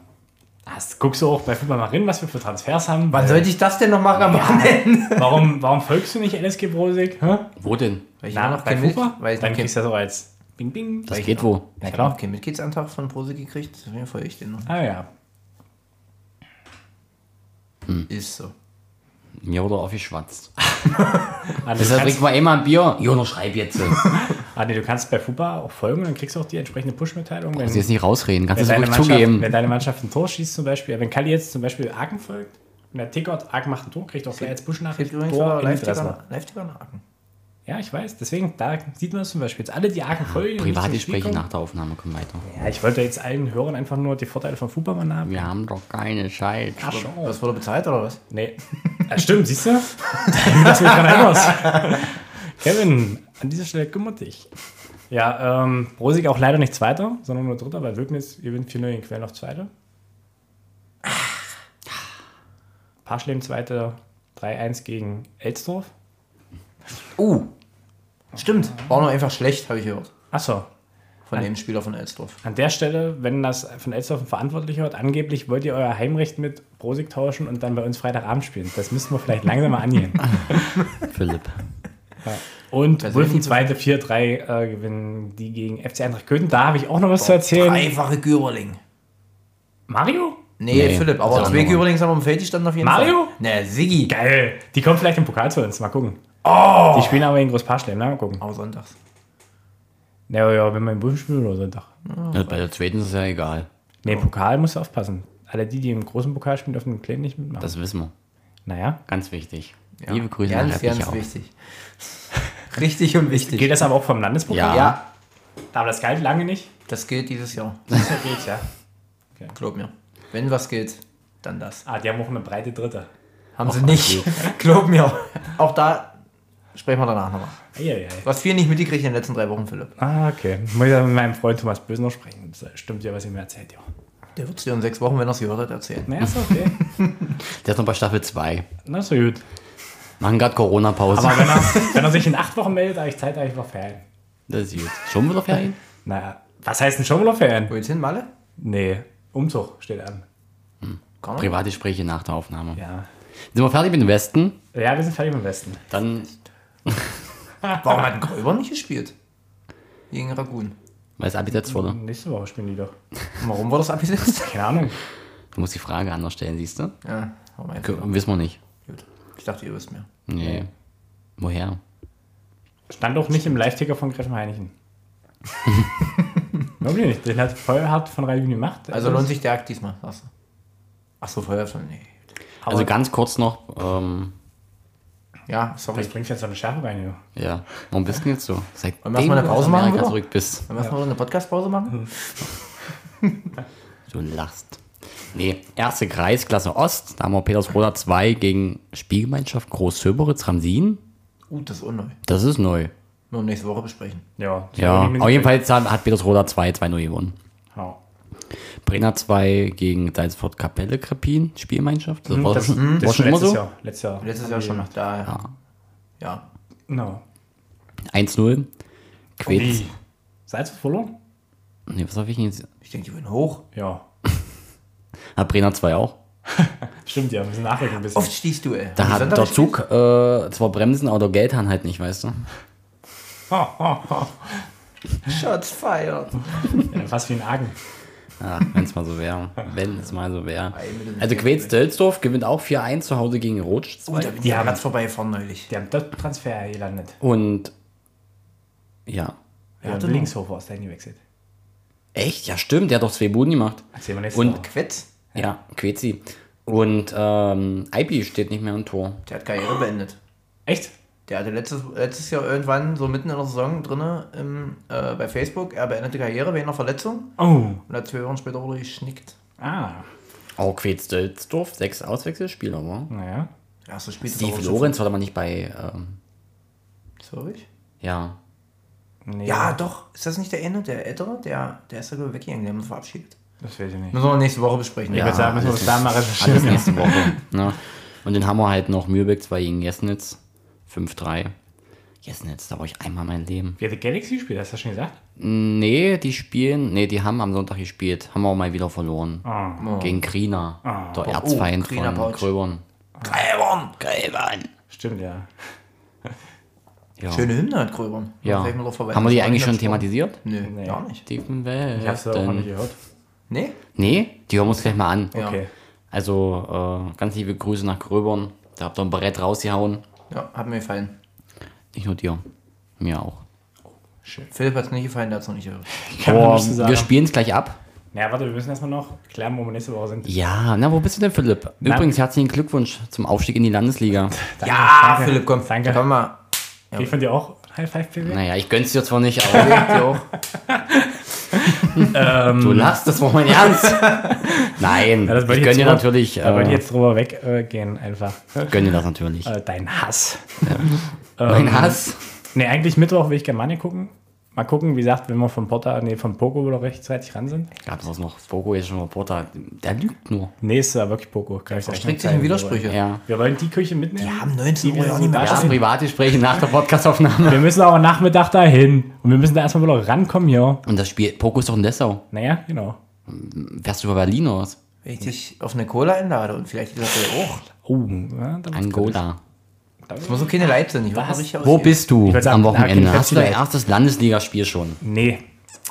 Speaker 3: hast, guckst du auch bei Fußball mal rein, was wir für Transfers haben?
Speaker 2: Wann sollte ich das denn noch machen am Wochenende?
Speaker 3: warum, [laughs] warum folgst du nicht LSG Brosig? Hä?
Speaker 1: Wo denn?
Speaker 2: [laughs] Weil ich
Speaker 3: Na,
Speaker 2: noch
Speaker 3: bei
Speaker 2: kein Mit-
Speaker 3: Fußball?
Speaker 2: Weil ich
Speaker 3: Dann
Speaker 2: noch kein,
Speaker 3: kriegst du ja so als Bing Bing.
Speaker 1: Das geht wo?
Speaker 3: Na
Speaker 2: ich hab
Speaker 3: klar.
Speaker 2: noch keinen Mitgliedsantrag von Prose gekriegt, deswegen folge ich den noch.
Speaker 3: Ah ja.
Speaker 2: Ist so.
Speaker 1: Mir wurde aufgeschwatzt.
Speaker 3: Ah, du,
Speaker 1: Deshalb
Speaker 3: kannst,
Speaker 1: trinken wir eh mal ein Bier. Jonas, schreib jetzt.
Speaker 3: [laughs]
Speaker 1: Kannst
Speaker 3: ah, nee, du kannst bei Fußball auch folgen und dann kriegst du auch die entsprechende Push-Mitteilung. wenn-
Speaker 1: du jetzt nicht rausreden. Kannst du
Speaker 3: Wenn
Speaker 1: es
Speaker 3: deine,
Speaker 1: ruhig
Speaker 3: Mannschaft,
Speaker 1: zugeben.
Speaker 3: wenn deine Mannschaft ein Tor schießt zum Beispiel, wenn Kali jetzt zum Beispiel Aachen folgt und der tickert, Aachen macht ein Tor, kriegt auch gleich als
Speaker 2: Es gibt
Speaker 3: Push-Nachricht
Speaker 2: übrigens
Speaker 3: Tor
Speaker 2: wieder
Speaker 3: in den Dressler.
Speaker 2: Live-Ticker Live-Ticker nach Aachen.
Speaker 3: Ja, ich weiß. Deswegen, da sieht man es zum Beispiel. Jetzt alle, die Aachen folgen. die
Speaker 1: Private
Speaker 3: nicht zum Spiel
Speaker 1: Gespräche
Speaker 3: kommen.
Speaker 1: nach der Aufnahme kommen weiter.
Speaker 3: Ja, ich wollte jetzt allen Hörern einfach nur die Vorteile von Fußballmann haben.
Speaker 1: Wir haben doch keine Zeit.
Speaker 3: Ach, schon.
Speaker 2: Was wurde bezahlt oder was?
Speaker 3: Nee. Ja, stimmt, siehst du? [laughs] Das mich dran erinnerst. Kevin, an dieser Stelle kümmere dich. Ja, ähm, Brosig auch leider nicht Zweiter, sondern nur Dritter, weil Wirknis gewinnt 4-0 in Quellen auf Zweite. Paschlem Zweiter, 3-1 gegen Elsdorf.
Speaker 2: Uh. Mhm. Stimmt. War nur einfach schlecht, habe ich gehört.
Speaker 3: Achso,
Speaker 2: Von dem Spieler von Elsdorf.
Speaker 3: an der Stelle, wenn das von Elsdorf ein Verantwortlicher hört, angeblich wollt ihr euer Heimrecht mit Brosig tauschen und dann bei uns Freitagabend spielen. Das müssen wir vielleicht langsam mal angehen.
Speaker 1: Philipp.
Speaker 3: Und
Speaker 2: Persönlich
Speaker 3: Wolfen zweite 4-3 äh, gewinnen die gegen FC Eintracht Köthen. Da habe ich auch noch was zu erzählen.
Speaker 2: Dreifache Güberling.
Speaker 3: Mario?
Speaker 2: Nee,
Speaker 1: Nee,
Speaker 2: Philipp,
Speaker 1: ist
Speaker 2: aber
Speaker 1: ja
Speaker 2: Zwicky
Speaker 1: nochmal.
Speaker 2: übrigens aber im Feldstand stand auf jeden
Speaker 3: Mario?
Speaker 2: Fall. Mario? Ne, Siggi.
Speaker 3: Geil. Die kommt vielleicht im Pokal zu uns. Mal gucken. Die spielen aber in Großparschleim. ne? Mal gucken.
Speaker 2: Aber sonntags.
Speaker 3: Naja, ja, wenn wir im Buffen spielen oder Sonntag.
Speaker 1: Ja, bei der zweiten ist es ja egal.
Speaker 3: Nee, im Pokal musst du aufpassen. Alle die, die im großen Pokal spielen, dürfen im kleinen nicht mitmachen.
Speaker 1: Das wissen wir.
Speaker 3: naja.
Speaker 1: Ganz wichtig. Liebe Grüße
Speaker 2: Ganz,
Speaker 1: nach Leipzig
Speaker 2: ganz
Speaker 1: auch.
Speaker 2: wichtig. [laughs] Richtig und wichtig.
Speaker 3: Gilt das aber auch vom
Speaker 1: Ja.
Speaker 3: Landespokal?
Speaker 2: Ja,
Speaker 3: Aber das galt lange nicht.
Speaker 2: das gilt dieses Jahr.
Speaker 3: Das ist ja geht, ja.
Speaker 2: Glaub mir. Wenn was gilt, dann das.
Speaker 3: Ah, die haben auch eine breite Dritte.
Speaker 2: Haben sie nicht. [laughs] Glaub mir. Auch da sprechen wir danach nochmal.
Speaker 3: Eieiei.
Speaker 2: Was viel nicht mitgekriegt in den letzten drei Wochen, Philipp.
Speaker 3: Ah, okay. Muss ich ja mit meinem Freund Thomas Bösner sprechen. Das stimmt ja, was ihr mir erzählt, ja.
Speaker 2: Der wird es dir in sechs Wochen, wenn er es gehört hat, erzählen.
Speaker 3: Na, ist
Speaker 1: [laughs]
Speaker 3: okay.
Speaker 1: Der ist noch bei Staffel 2.
Speaker 3: Na, so gut.
Speaker 1: Machen gerade Corona-Pause.
Speaker 3: Aber wenn er, wenn er sich in acht Wochen meldet, habe ich Zeit, habe ich noch Ferien.
Speaker 1: Das ist gut. Schon wieder Ferien?
Speaker 3: Naja, was heißt denn schon wieder Ferien?
Speaker 2: Wo geht's hin, Malle?
Speaker 3: Nee, Umzug steht an.
Speaker 2: Gar nicht.
Speaker 1: Privatgespräche nach der Aufnahme.
Speaker 3: Ja.
Speaker 1: Sind wir fertig mit dem Westen?
Speaker 3: Ja, wir sind fertig mit dem Westen.
Speaker 1: Dann,
Speaker 2: Warum hat Gräuber nicht gespielt? Gegen Ragun.
Speaker 1: weil es abgesetzt wurde.
Speaker 3: Nächste Woche spielen die doch.
Speaker 2: Warum war das abgesetzt?
Speaker 3: [laughs] Keine Ahnung.
Speaker 1: Du musst die Frage anders stellen, siehst du?
Speaker 2: ja, warum eigentlich?
Speaker 1: K wissen wir nicht.
Speaker 2: Gut. Ich dachte, ihr wisst mehr.
Speaker 1: Nee. Woher?
Speaker 3: Stand auch nicht im Live-Ticker von
Speaker 1: [laughs]
Speaker 3: Gretchen Heinichen. Wirklich nicht. Den hat voll hart von Rhein gemacht.
Speaker 2: Also lohnt sich der Akt diesmal, sagst du. Achso, vorher schon, nee.
Speaker 1: Also ganz kurz noch, ähm,
Speaker 2: Ja,
Speaker 3: Das
Speaker 2: sorry.
Speaker 3: bringt jetzt so eine Schärfe rein, jo.
Speaker 1: ja, warum bist du jetzt so? Seitdem
Speaker 2: Wollen wir erstmal eine
Speaker 1: du aus
Speaker 2: Pause machen,
Speaker 1: Amerika
Speaker 2: oder?
Speaker 1: zurück bist.
Speaker 2: Wollen wir erstmal so eine Podcast-Pause machen?
Speaker 1: Du lachst. Nee, erste Kreisklasse Ost, da haben wir Petersroda 2 gegen Spielgemeinschaft Groß-Söberitz-Ramsin.
Speaker 2: Uh, das ist unneu.
Speaker 1: Das ist neu.
Speaker 2: Wir haben nächste Woche besprechen.
Speaker 3: Ja. das
Speaker 1: Ja,
Speaker 3: war nicht
Speaker 1: auf jeden Fall hat Petersroda 2 2-0 gewonnen.
Speaker 3: Genau.
Speaker 1: Brenner 2 gegen Salzford Kapelle Krepin, Spielgemeinschaft. Das war,
Speaker 3: Mhm, Das,
Speaker 1: schon, war
Speaker 3: das
Speaker 1: schon
Speaker 3: schon
Speaker 1: immer
Speaker 3: letztes
Speaker 1: so.
Speaker 3: Jahr. Letztes Jahr.
Speaker 2: Letztes Jahr schon. Da, ja. ja.
Speaker 3: Genau.
Speaker 1: 1-0. Quetz.
Speaker 3: Wie? Salzburg verloren?
Speaker 1: Nee, was hab ich denn jetzt?
Speaker 2: Ich denke, die werden hoch.
Speaker 3: Ja.
Speaker 1: Hat Brenner 2 auch.
Speaker 3: Stimmt ja, wir müssen nachrücken ein bisschen.
Speaker 2: Oft stehst du, ey.
Speaker 1: Da hat der Zug äh, zwar Bremsen, aber der Geldhahn halt nicht, weißt du?
Speaker 3: Oh, oh, oh.
Speaker 2: Shots fired.
Speaker 3: Ja, fast wie ein Argen.
Speaker 1: Ja, wenn es Ah, mal so
Speaker 2: [laughs]
Speaker 1: wäre. Wenn es mal so wäre.
Speaker 2: Ei, mit dem
Speaker 1: Also
Speaker 2: Geld.
Speaker 1: Quetz-Dölzdorf gewinnt auch 4-1 zu Hause gegen Rotsch 2.
Speaker 2: Uh, da bin ich
Speaker 3: Die
Speaker 2: ja
Speaker 3: haben-
Speaker 2: ganz vorbeigefahren neulich.
Speaker 3: Die haben dort Transfer gelandet.
Speaker 1: Und ja.
Speaker 3: Ja,
Speaker 2: hat
Speaker 3: ja,
Speaker 2: denn noch?
Speaker 3: Linkshofer ist dahin gewechselt.
Speaker 1: Echt? Ja, stimmt. Der hat doch zwei Buden gemacht.
Speaker 3: Erzählen wir nächstes
Speaker 1: Und-
Speaker 3: Mal.
Speaker 2: Quetz,
Speaker 1: Ja, Quetzi. Und ähm, Ipi steht nicht mehr im Tor.
Speaker 2: der hat Karriere beendet.
Speaker 3: Echt?
Speaker 2: Der hatte letztes, letztes Jahr irgendwann, so mitten in der Saison, drinne im, äh, bei Facebook, er beendete Karriere wegen einer Verletzung
Speaker 3: Oh.
Speaker 2: und hat zwei Wochen später wurde geschnickt.
Speaker 3: Ah.
Speaker 1: Oh, Quetz-Dölzdorf, sechs Auswechselspieler, oder?
Speaker 3: Naja.
Speaker 2: Ja, so spielt
Speaker 1: Steve Lorenz war da mal nicht bei, ähm,
Speaker 2: Zürich?
Speaker 1: ja.
Speaker 3: Nee,
Speaker 2: Ja, doch. Ist das nicht der eine, der ältere? Der, der ist ja glaube ich weggegangen, der haben ihn verabschiedet.
Speaker 3: Das weiß ich nicht.
Speaker 2: Müssen wir nächste Woche besprechen.
Speaker 3: Ich
Speaker 1: Ja.
Speaker 3: würde sagen, müssen wir
Speaker 1: alles
Speaker 3: uns da mal
Speaker 1: Alles
Speaker 3: recherchieren.
Speaker 1: nächste
Speaker 3: [laughs]
Speaker 1: Woche. ne? Und dann haben wir halt noch Mühlbeck 2 gegen Jesnitz. 5-3. Jesnitz, da war ich einmal mein Leben.
Speaker 3: Wie hat der Galaxy gespielt? Hast du das schon gesagt?
Speaker 1: Nee, die spielen, nee, die haben am Sonntag gespielt. Haben wir auch mal wieder verloren.
Speaker 3: Ah.
Speaker 1: Gegen Krina, der Erzfeind
Speaker 2: oh, Kriener
Speaker 1: von
Speaker 2: Pouch.
Speaker 1: Gröbern.
Speaker 2: Gröbern!
Speaker 1: Gröbern.
Speaker 3: Stimmt, ja.
Speaker 1: Ja.
Speaker 2: Schöne Hymne hat Gröbern.
Speaker 1: ja.
Speaker 2: Vielleicht mal drauf vorbei.
Speaker 1: Haben wir die eigentlich schon
Speaker 2: Sport.
Speaker 1: thematisiert?
Speaker 2: Nö,
Speaker 3: Nee.
Speaker 2: gar nicht.
Speaker 1: Tiefen
Speaker 3: Ich hab's auch noch
Speaker 1: Welten.
Speaker 3: nicht gehört.
Speaker 2: Nee?
Speaker 1: Nee, die hören wir uns gleich mal an.
Speaker 2: Ja.
Speaker 3: Okay.
Speaker 1: Also, äh, ganz liebe Grüße nach Gröbern. Da habt ihr ein Brett rausgehauen.
Speaker 2: Ja, hat mir gefallen.
Speaker 1: Nicht nur dir, mir auch.
Speaker 2: Philipp hat es nicht gefallen, der hat es noch nicht gehört.
Speaker 3: Ich kann noch nichts zu
Speaker 1: wir
Speaker 3: sagen.
Speaker 1: spielen es gleich ab.
Speaker 3: Naja, warte, wir müssen erstmal noch klären, wo wir nächste Woche sind.
Speaker 1: Ja, na, wo bist du denn, Philipp? Übrigens, herzlichen Glückwunsch zum Aufstieg in die
Speaker 3: [laughs]
Speaker 1: Landesliga.
Speaker 2: Ja,
Speaker 3: danke.
Speaker 2: Philipp, komm.
Speaker 3: Danke.
Speaker 2: Komm mal.
Speaker 3: Ja. Ich von dir auch High Five PW?
Speaker 1: Naja, ich gönn's dir zwar nicht, aber
Speaker 2: Dir auch.
Speaker 1: du lachst, das war mein Ernst. Nein,
Speaker 3: Ähm. das wollte
Speaker 1: ich
Speaker 3: ich
Speaker 1: gönn
Speaker 3: jetzt
Speaker 1: dir
Speaker 3: drüber-
Speaker 1: natürlich,
Speaker 3: Da wollte ich
Speaker 1: äh,
Speaker 3: jetzt drüber weggehen, einfach.
Speaker 1: gönn dir das natürlich.
Speaker 3: Äh, dein Hass.
Speaker 1: Mein Hass.
Speaker 3: Nee, eigentlich Mittwoch will ich Germania gucken. Mal gucken, wie gesagt, wenn wir von Potter, nee, von Poco oder rechtzeitig ran sind.
Speaker 1: Gab's was noch? Fogo ist schon Reporter. Der lügt nur.
Speaker 3: Nee, ist ja wirklich Poco. Kann ich euch
Speaker 2: Verstrickt
Speaker 3: nicht
Speaker 2: sich in
Speaker 3: zeigen.
Speaker 2: Widersprüche.
Speaker 1: Ja.
Speaker 3: Wir wollen die Küche mitnehmen.
Speaker 2: Wir haben 19
Speaker 3: die
Speaker 2: Uhr
Speaker 3: wir
Speaker 2: auch
Speaker 3: so
Speaker 2: nicht mehr
Speaker 1: Ja,
Speaker 3: dastehen.
Speaker 1: Privatgespräche nach der Podcastaufnahme.
Speaker 3: Wir müssen aber Nachmittag dahin. Und wir müssen da erstmal wieder rankommen hier.
Speaker 1: Und das Spiel, Pogo ist doch in Dessau.
Speaker 3: Naja, genau.
Speaker 1: Wärst du bei Berlin oder was?
Speaker 2: Wenn ich dich auf eine Cola einlade und vielleicht dieser Philipp auch.
Speaker 3: Oh, ja, da wird's gut.
Speaker 1: Angola.
Speaker 2: Das muss okay eine Leipzig, ich
Speaker 3: Was?
Speaker 2: richtig
Speaker 1: Wo bist du
Speaker 3: Ich würd sagen,
Speaker 1: am
Speaker 3: na, okay,
Speaker 1: Wochenende?
Speaker 3: ich werd
Speaker 1: Hast du dein
Speaker 3: vielleicht-
Speaker 1: erstes Landesligaspiel schon?
Speaker 3: Nee,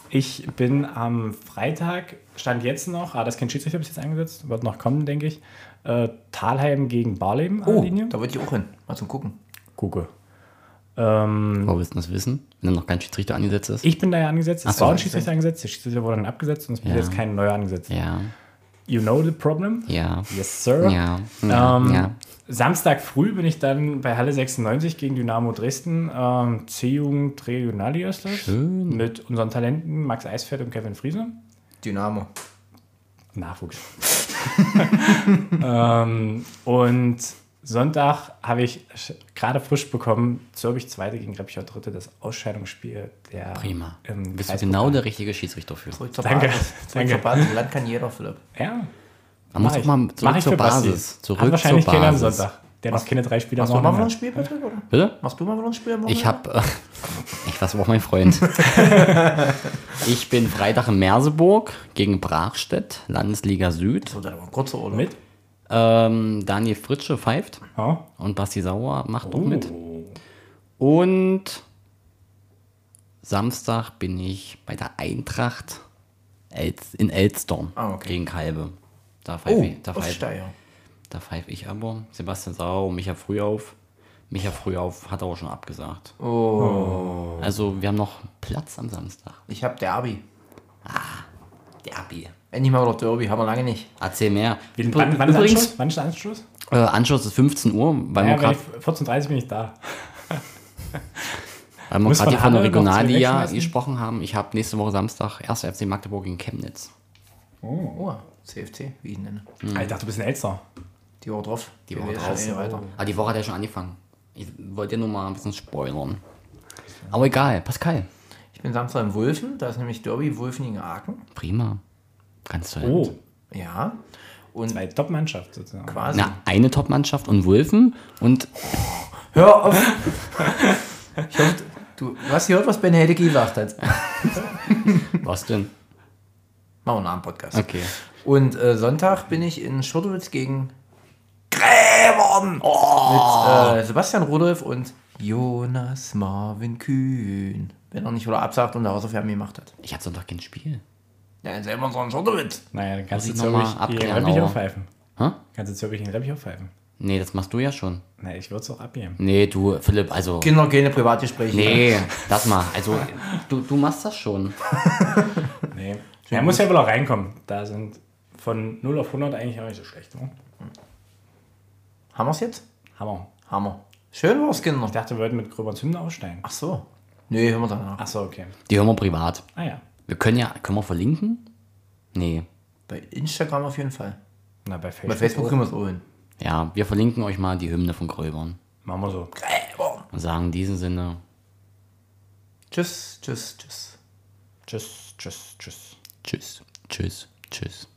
Speaker 3: Ich bin am Freitag, stand jetzt noch, ah, das Kind Schiedsrichter bis jetzt eingesetzt, wird noch kommen, denke ich. Äh, Talheim gegen Barleben an der
Speaker 2: Oh,
Speaker 3: Linie.
Speaker 2: da wollte ich auch hin. Mal zum Gucken.
Speaker 3: Gucke. Ähm,
Speaker 1: Wo willst du das wissen? Wenn dann noch kein Schiedsrichter angesetzt ist?
Speaker 3: ich bin da ja angesetzt, es
Speaker 1: so,
Speaker 3: war ein
Speaker 1: okay.
Speaker 3: Schiedsrichter angesetzt, der Schiedsrichter wurde dann abgesetzt und es wurde
Speaker 1: Ja.
Speaker 3: jetzt kein neuer angesetzt.
Speaker 1: Ja,
Speaker 3: You know the problem?
Speaker 1: ja,
Speaker 3: Yes, sir.
Speaker 1: ja, ja,
Speaker 3: Ähm,
Speaker 1: ja.
Speaker 3: Samstag früh bin ich dann bei Halle 96 gegen Dynamo Dresden, ähm, C-Jugend Regionali ist das.
Speaker 1: Schön.
Speaker 3: Mit unseren Talenten Max Eisfeld und Kevin Friese.
Speaker 2: Dynamo.
Speaker 3: Nachwuchs.
Speaker 1: [laughs]
Speaker 3: ähm, und Sonntag habe ich sch- gerade frisch bekommen, Zürbich zweite gegen Reppichau dritte, das Ausscheidungsspiel der
Speaker 1: Prima.
Speaker 3: im
Speaker 1: Bist du
Speaker 3: Kreis-
Speaker 1: genau der richtige Schiedsrichter für.
Speaker 2: Zurück zur
Speaker 3: Danke,
Speaker 2: Basis. Zurück
Speaker 3: danke.
Speaker 2: zur Basis. Land kann jeder, Philipp.
Speaker 3: Ja.
Speaker 1: Man muss
Speaker 3: mach
Speaker 1: auch
Speaker 3: ich.
Speaker 1: mal
Speaker 3: Mach
Speaker 1: zurück
Speaker 3: ich
Speaker 1: zur
Speaker 3: für Basti.
Speaker 1: Basis.
Speaker 3: Hat
Speaker 1: Zurück zur
Speaker 3: wahrscheinlich keiner am
Speaker 1: Basis.
Speaker 3: Sonntag, der noch keine drei Spieler
Speaker 2: Machst du mal wieder ein
Speaker 3: hat.
Speaker 2: Spiel, bitte? Oder?
Speaker 1: Bitte?
Speaker 2: Machst du mal wieder ein Spiel? am
Speaker 1: Ich
Speaker 2: Wochenende?
Speaker 1: habe, äh, [laughs] ich weiß auch mein
Speaker 3: [laughs]
Speaker 1: Freund. ich bin Freitag in Merseburg gegen Brachstedt, Landesliga Süd.
Speaker 2: So, dann aber ein kurzer Urlaub.
Speaker 3: Mit?
Speaker 1: Ähm, Daniel Fritsche pfeift
Speaker 3: Ja.
Speaker 1: und Basti Sauer macht auch mit.
Speaker 3: Oh.
Speaker 1: Und Samstag bin ich bei der Eintracht Elz- in Elstern
Speaker 2: Ah, okay.
Speaker 1: gegen Kalbe. Da
Speaker 2: Oh,
Speaker 1: pfeife ich, da
Speaker 2: aus
Speaker 1: pfeife,
Speaker 2: Steyr.
Speaker 1: da pfeife ich aber. Sebastian Sauer und Micha Frühauf. Micha Frühauf hat auch schon abgesagt. Also wir haben noch Platz am Samstag.
Speaker 2: Ich habe Derby.
Speaker 1: Derby.
Speaker 2: Endlich mal wieder Derby, haben wir lange nicht.
Speaker 1: Erzähl mehr.
Speaker 3: Wie, wann, wann, ist
Speaker 1: Übrigens,
Speaker 3: Anschluss? wann ist der Anschluss?
Speaker 1: äh, Anschluss ist 15 Uhr, weil
Speaker 3: Ja,
Speaker 1: wir
Speaker 3: wenn
Speaker 1: gerade
Speaker 3: ich 14.30 Uhr bin ich da.
Speaker 1: weil wir
Speaker 3: Muss
Speaker 1: gerade hier
Speaker 3: man
Speaker 1: von der
Speaker 3: alle noch zu
Speaker 1: Regionalliga
Speaker 3: wegschmeißen?
Speaker 1: gesprochen haben. Ich habe nächste Woche Samstag 1. FC Magdeburg gegen Chemnitz.
Speaker 2: Oh, CFC, wie ich ihn nenne.
Speaker 1: Hm.
Speaker 3: Ah, Ich dachte, du bist ein Elster.
Speaker 2: Die Woche drauf.
Speaker 1: Die Woche
Speaker 2: Wir
Speaker 1: drauf.
Speaker 2: sind eh Weiter.
Speaker 1: Aber die Woche hat ja schon angefangen. Ich wollte ja nur mal ein bisschen spoilern. Aber egal, Pascal.
Speaker 2: Ich bin Samstag in Wulfen, da ist nämlich Derby, Wulfen gegen Aachen.
Speaker 1: Prima. Ganz toll.
Speaker 3: Oh,
Speaker 2: Ja. Und
Speaker 3: zwei Top-Mannschaft sozusagen.
Speaker 2: quasi.
Speaker 1: Na, eine Top-Mannschaft und Wulfen
Speaker 3: [laughs]
Speaker 1: und
Speaker 2: Hör auf! [laughs] ich hoffe, du, du hast gehört, was Ben Hedeke gesagt hat. Machen
Speaker 1: was denn?
Speaker 2: wir nach dem Podcast.
Speaker 1: Okay.
Speaker 2: Und äh, Sonntag bin ich in Schurtowitz gegen Gräbern mit äh, Sebastian Rudolf und Jonas Marvin Kühn. Wenn er nicht wieder absagt und der Hausaufgaben gemacht hat.
Speaker 1: Ich hatte Sonntag kein Spiel.
Speaker 2: Ja, dann sehen wir uns in Schurtowitz.
Speaker 3: Naja, dann kannst du
Speaker 1: Muss ich noch mal
Speaker 3: Zürich gegen
Speaker 1: abklären,
Speaker 3: Reppich
Speaker 1: aber-
Speaker 3: aufpfeifen.
Speaker 1: Hä?
Speaker 3: Kannst du Zürich gegen Reppich aufpfeifen.
Speaker 1: Nee, das machst du ja schon.
Speaker 3: Na, ich würde es auch abgeben.
Speaker 1: Nee, du, Philipp, also.
Speaker 2: Kinder, keine Privatgespräche.
Speaker 1: Nee, das mal. Also, du, du machst das schon. Hm.
Speaker 3: Nee. Er muss ja wohl auch reinkommen. Da sind von 0 auf 100 eigentlich auch nicht so schlecht. Oder?
Speaker 2: Haben wir es jetzt?
Speaker 3: Hammer.
Speaker 2: Haben wir. Schön war's, Kinder.
Speaker 3: Ich dachte, wir würden mit Gröber und Hymne aussteigen.
Speaker 2: Ach so. Nee, hören wir danach.
Speaker 3: Achso, okay.
Speaker 1: Die hören wir privat.
Speaker 3: Ah ja.
Speaker 1: Wir können ja, können wir verlinken? Nee.
Speaker 2: Bei Instagram auf jeden Fall.
Speaker 3: Na, bei
Speaker 2: Bei
Speaker 3: Facebook.
Speaker 2: Facebook kriegen wir es auch hin.
Speaker 1: Ja, wir verlinken euch mal die Hymne von Gröbern
Speaker 3: Machen wir so.
Speaker 2: Gräbern.
Speaker 1: und sagen in diesem Sinne,
Speaker 2: Tschüss, tschüss, tschüss.
Speaker 3: Tschüss, tschüss, tschüss.
Speaker 1: tschüss, tschüss, tschüss.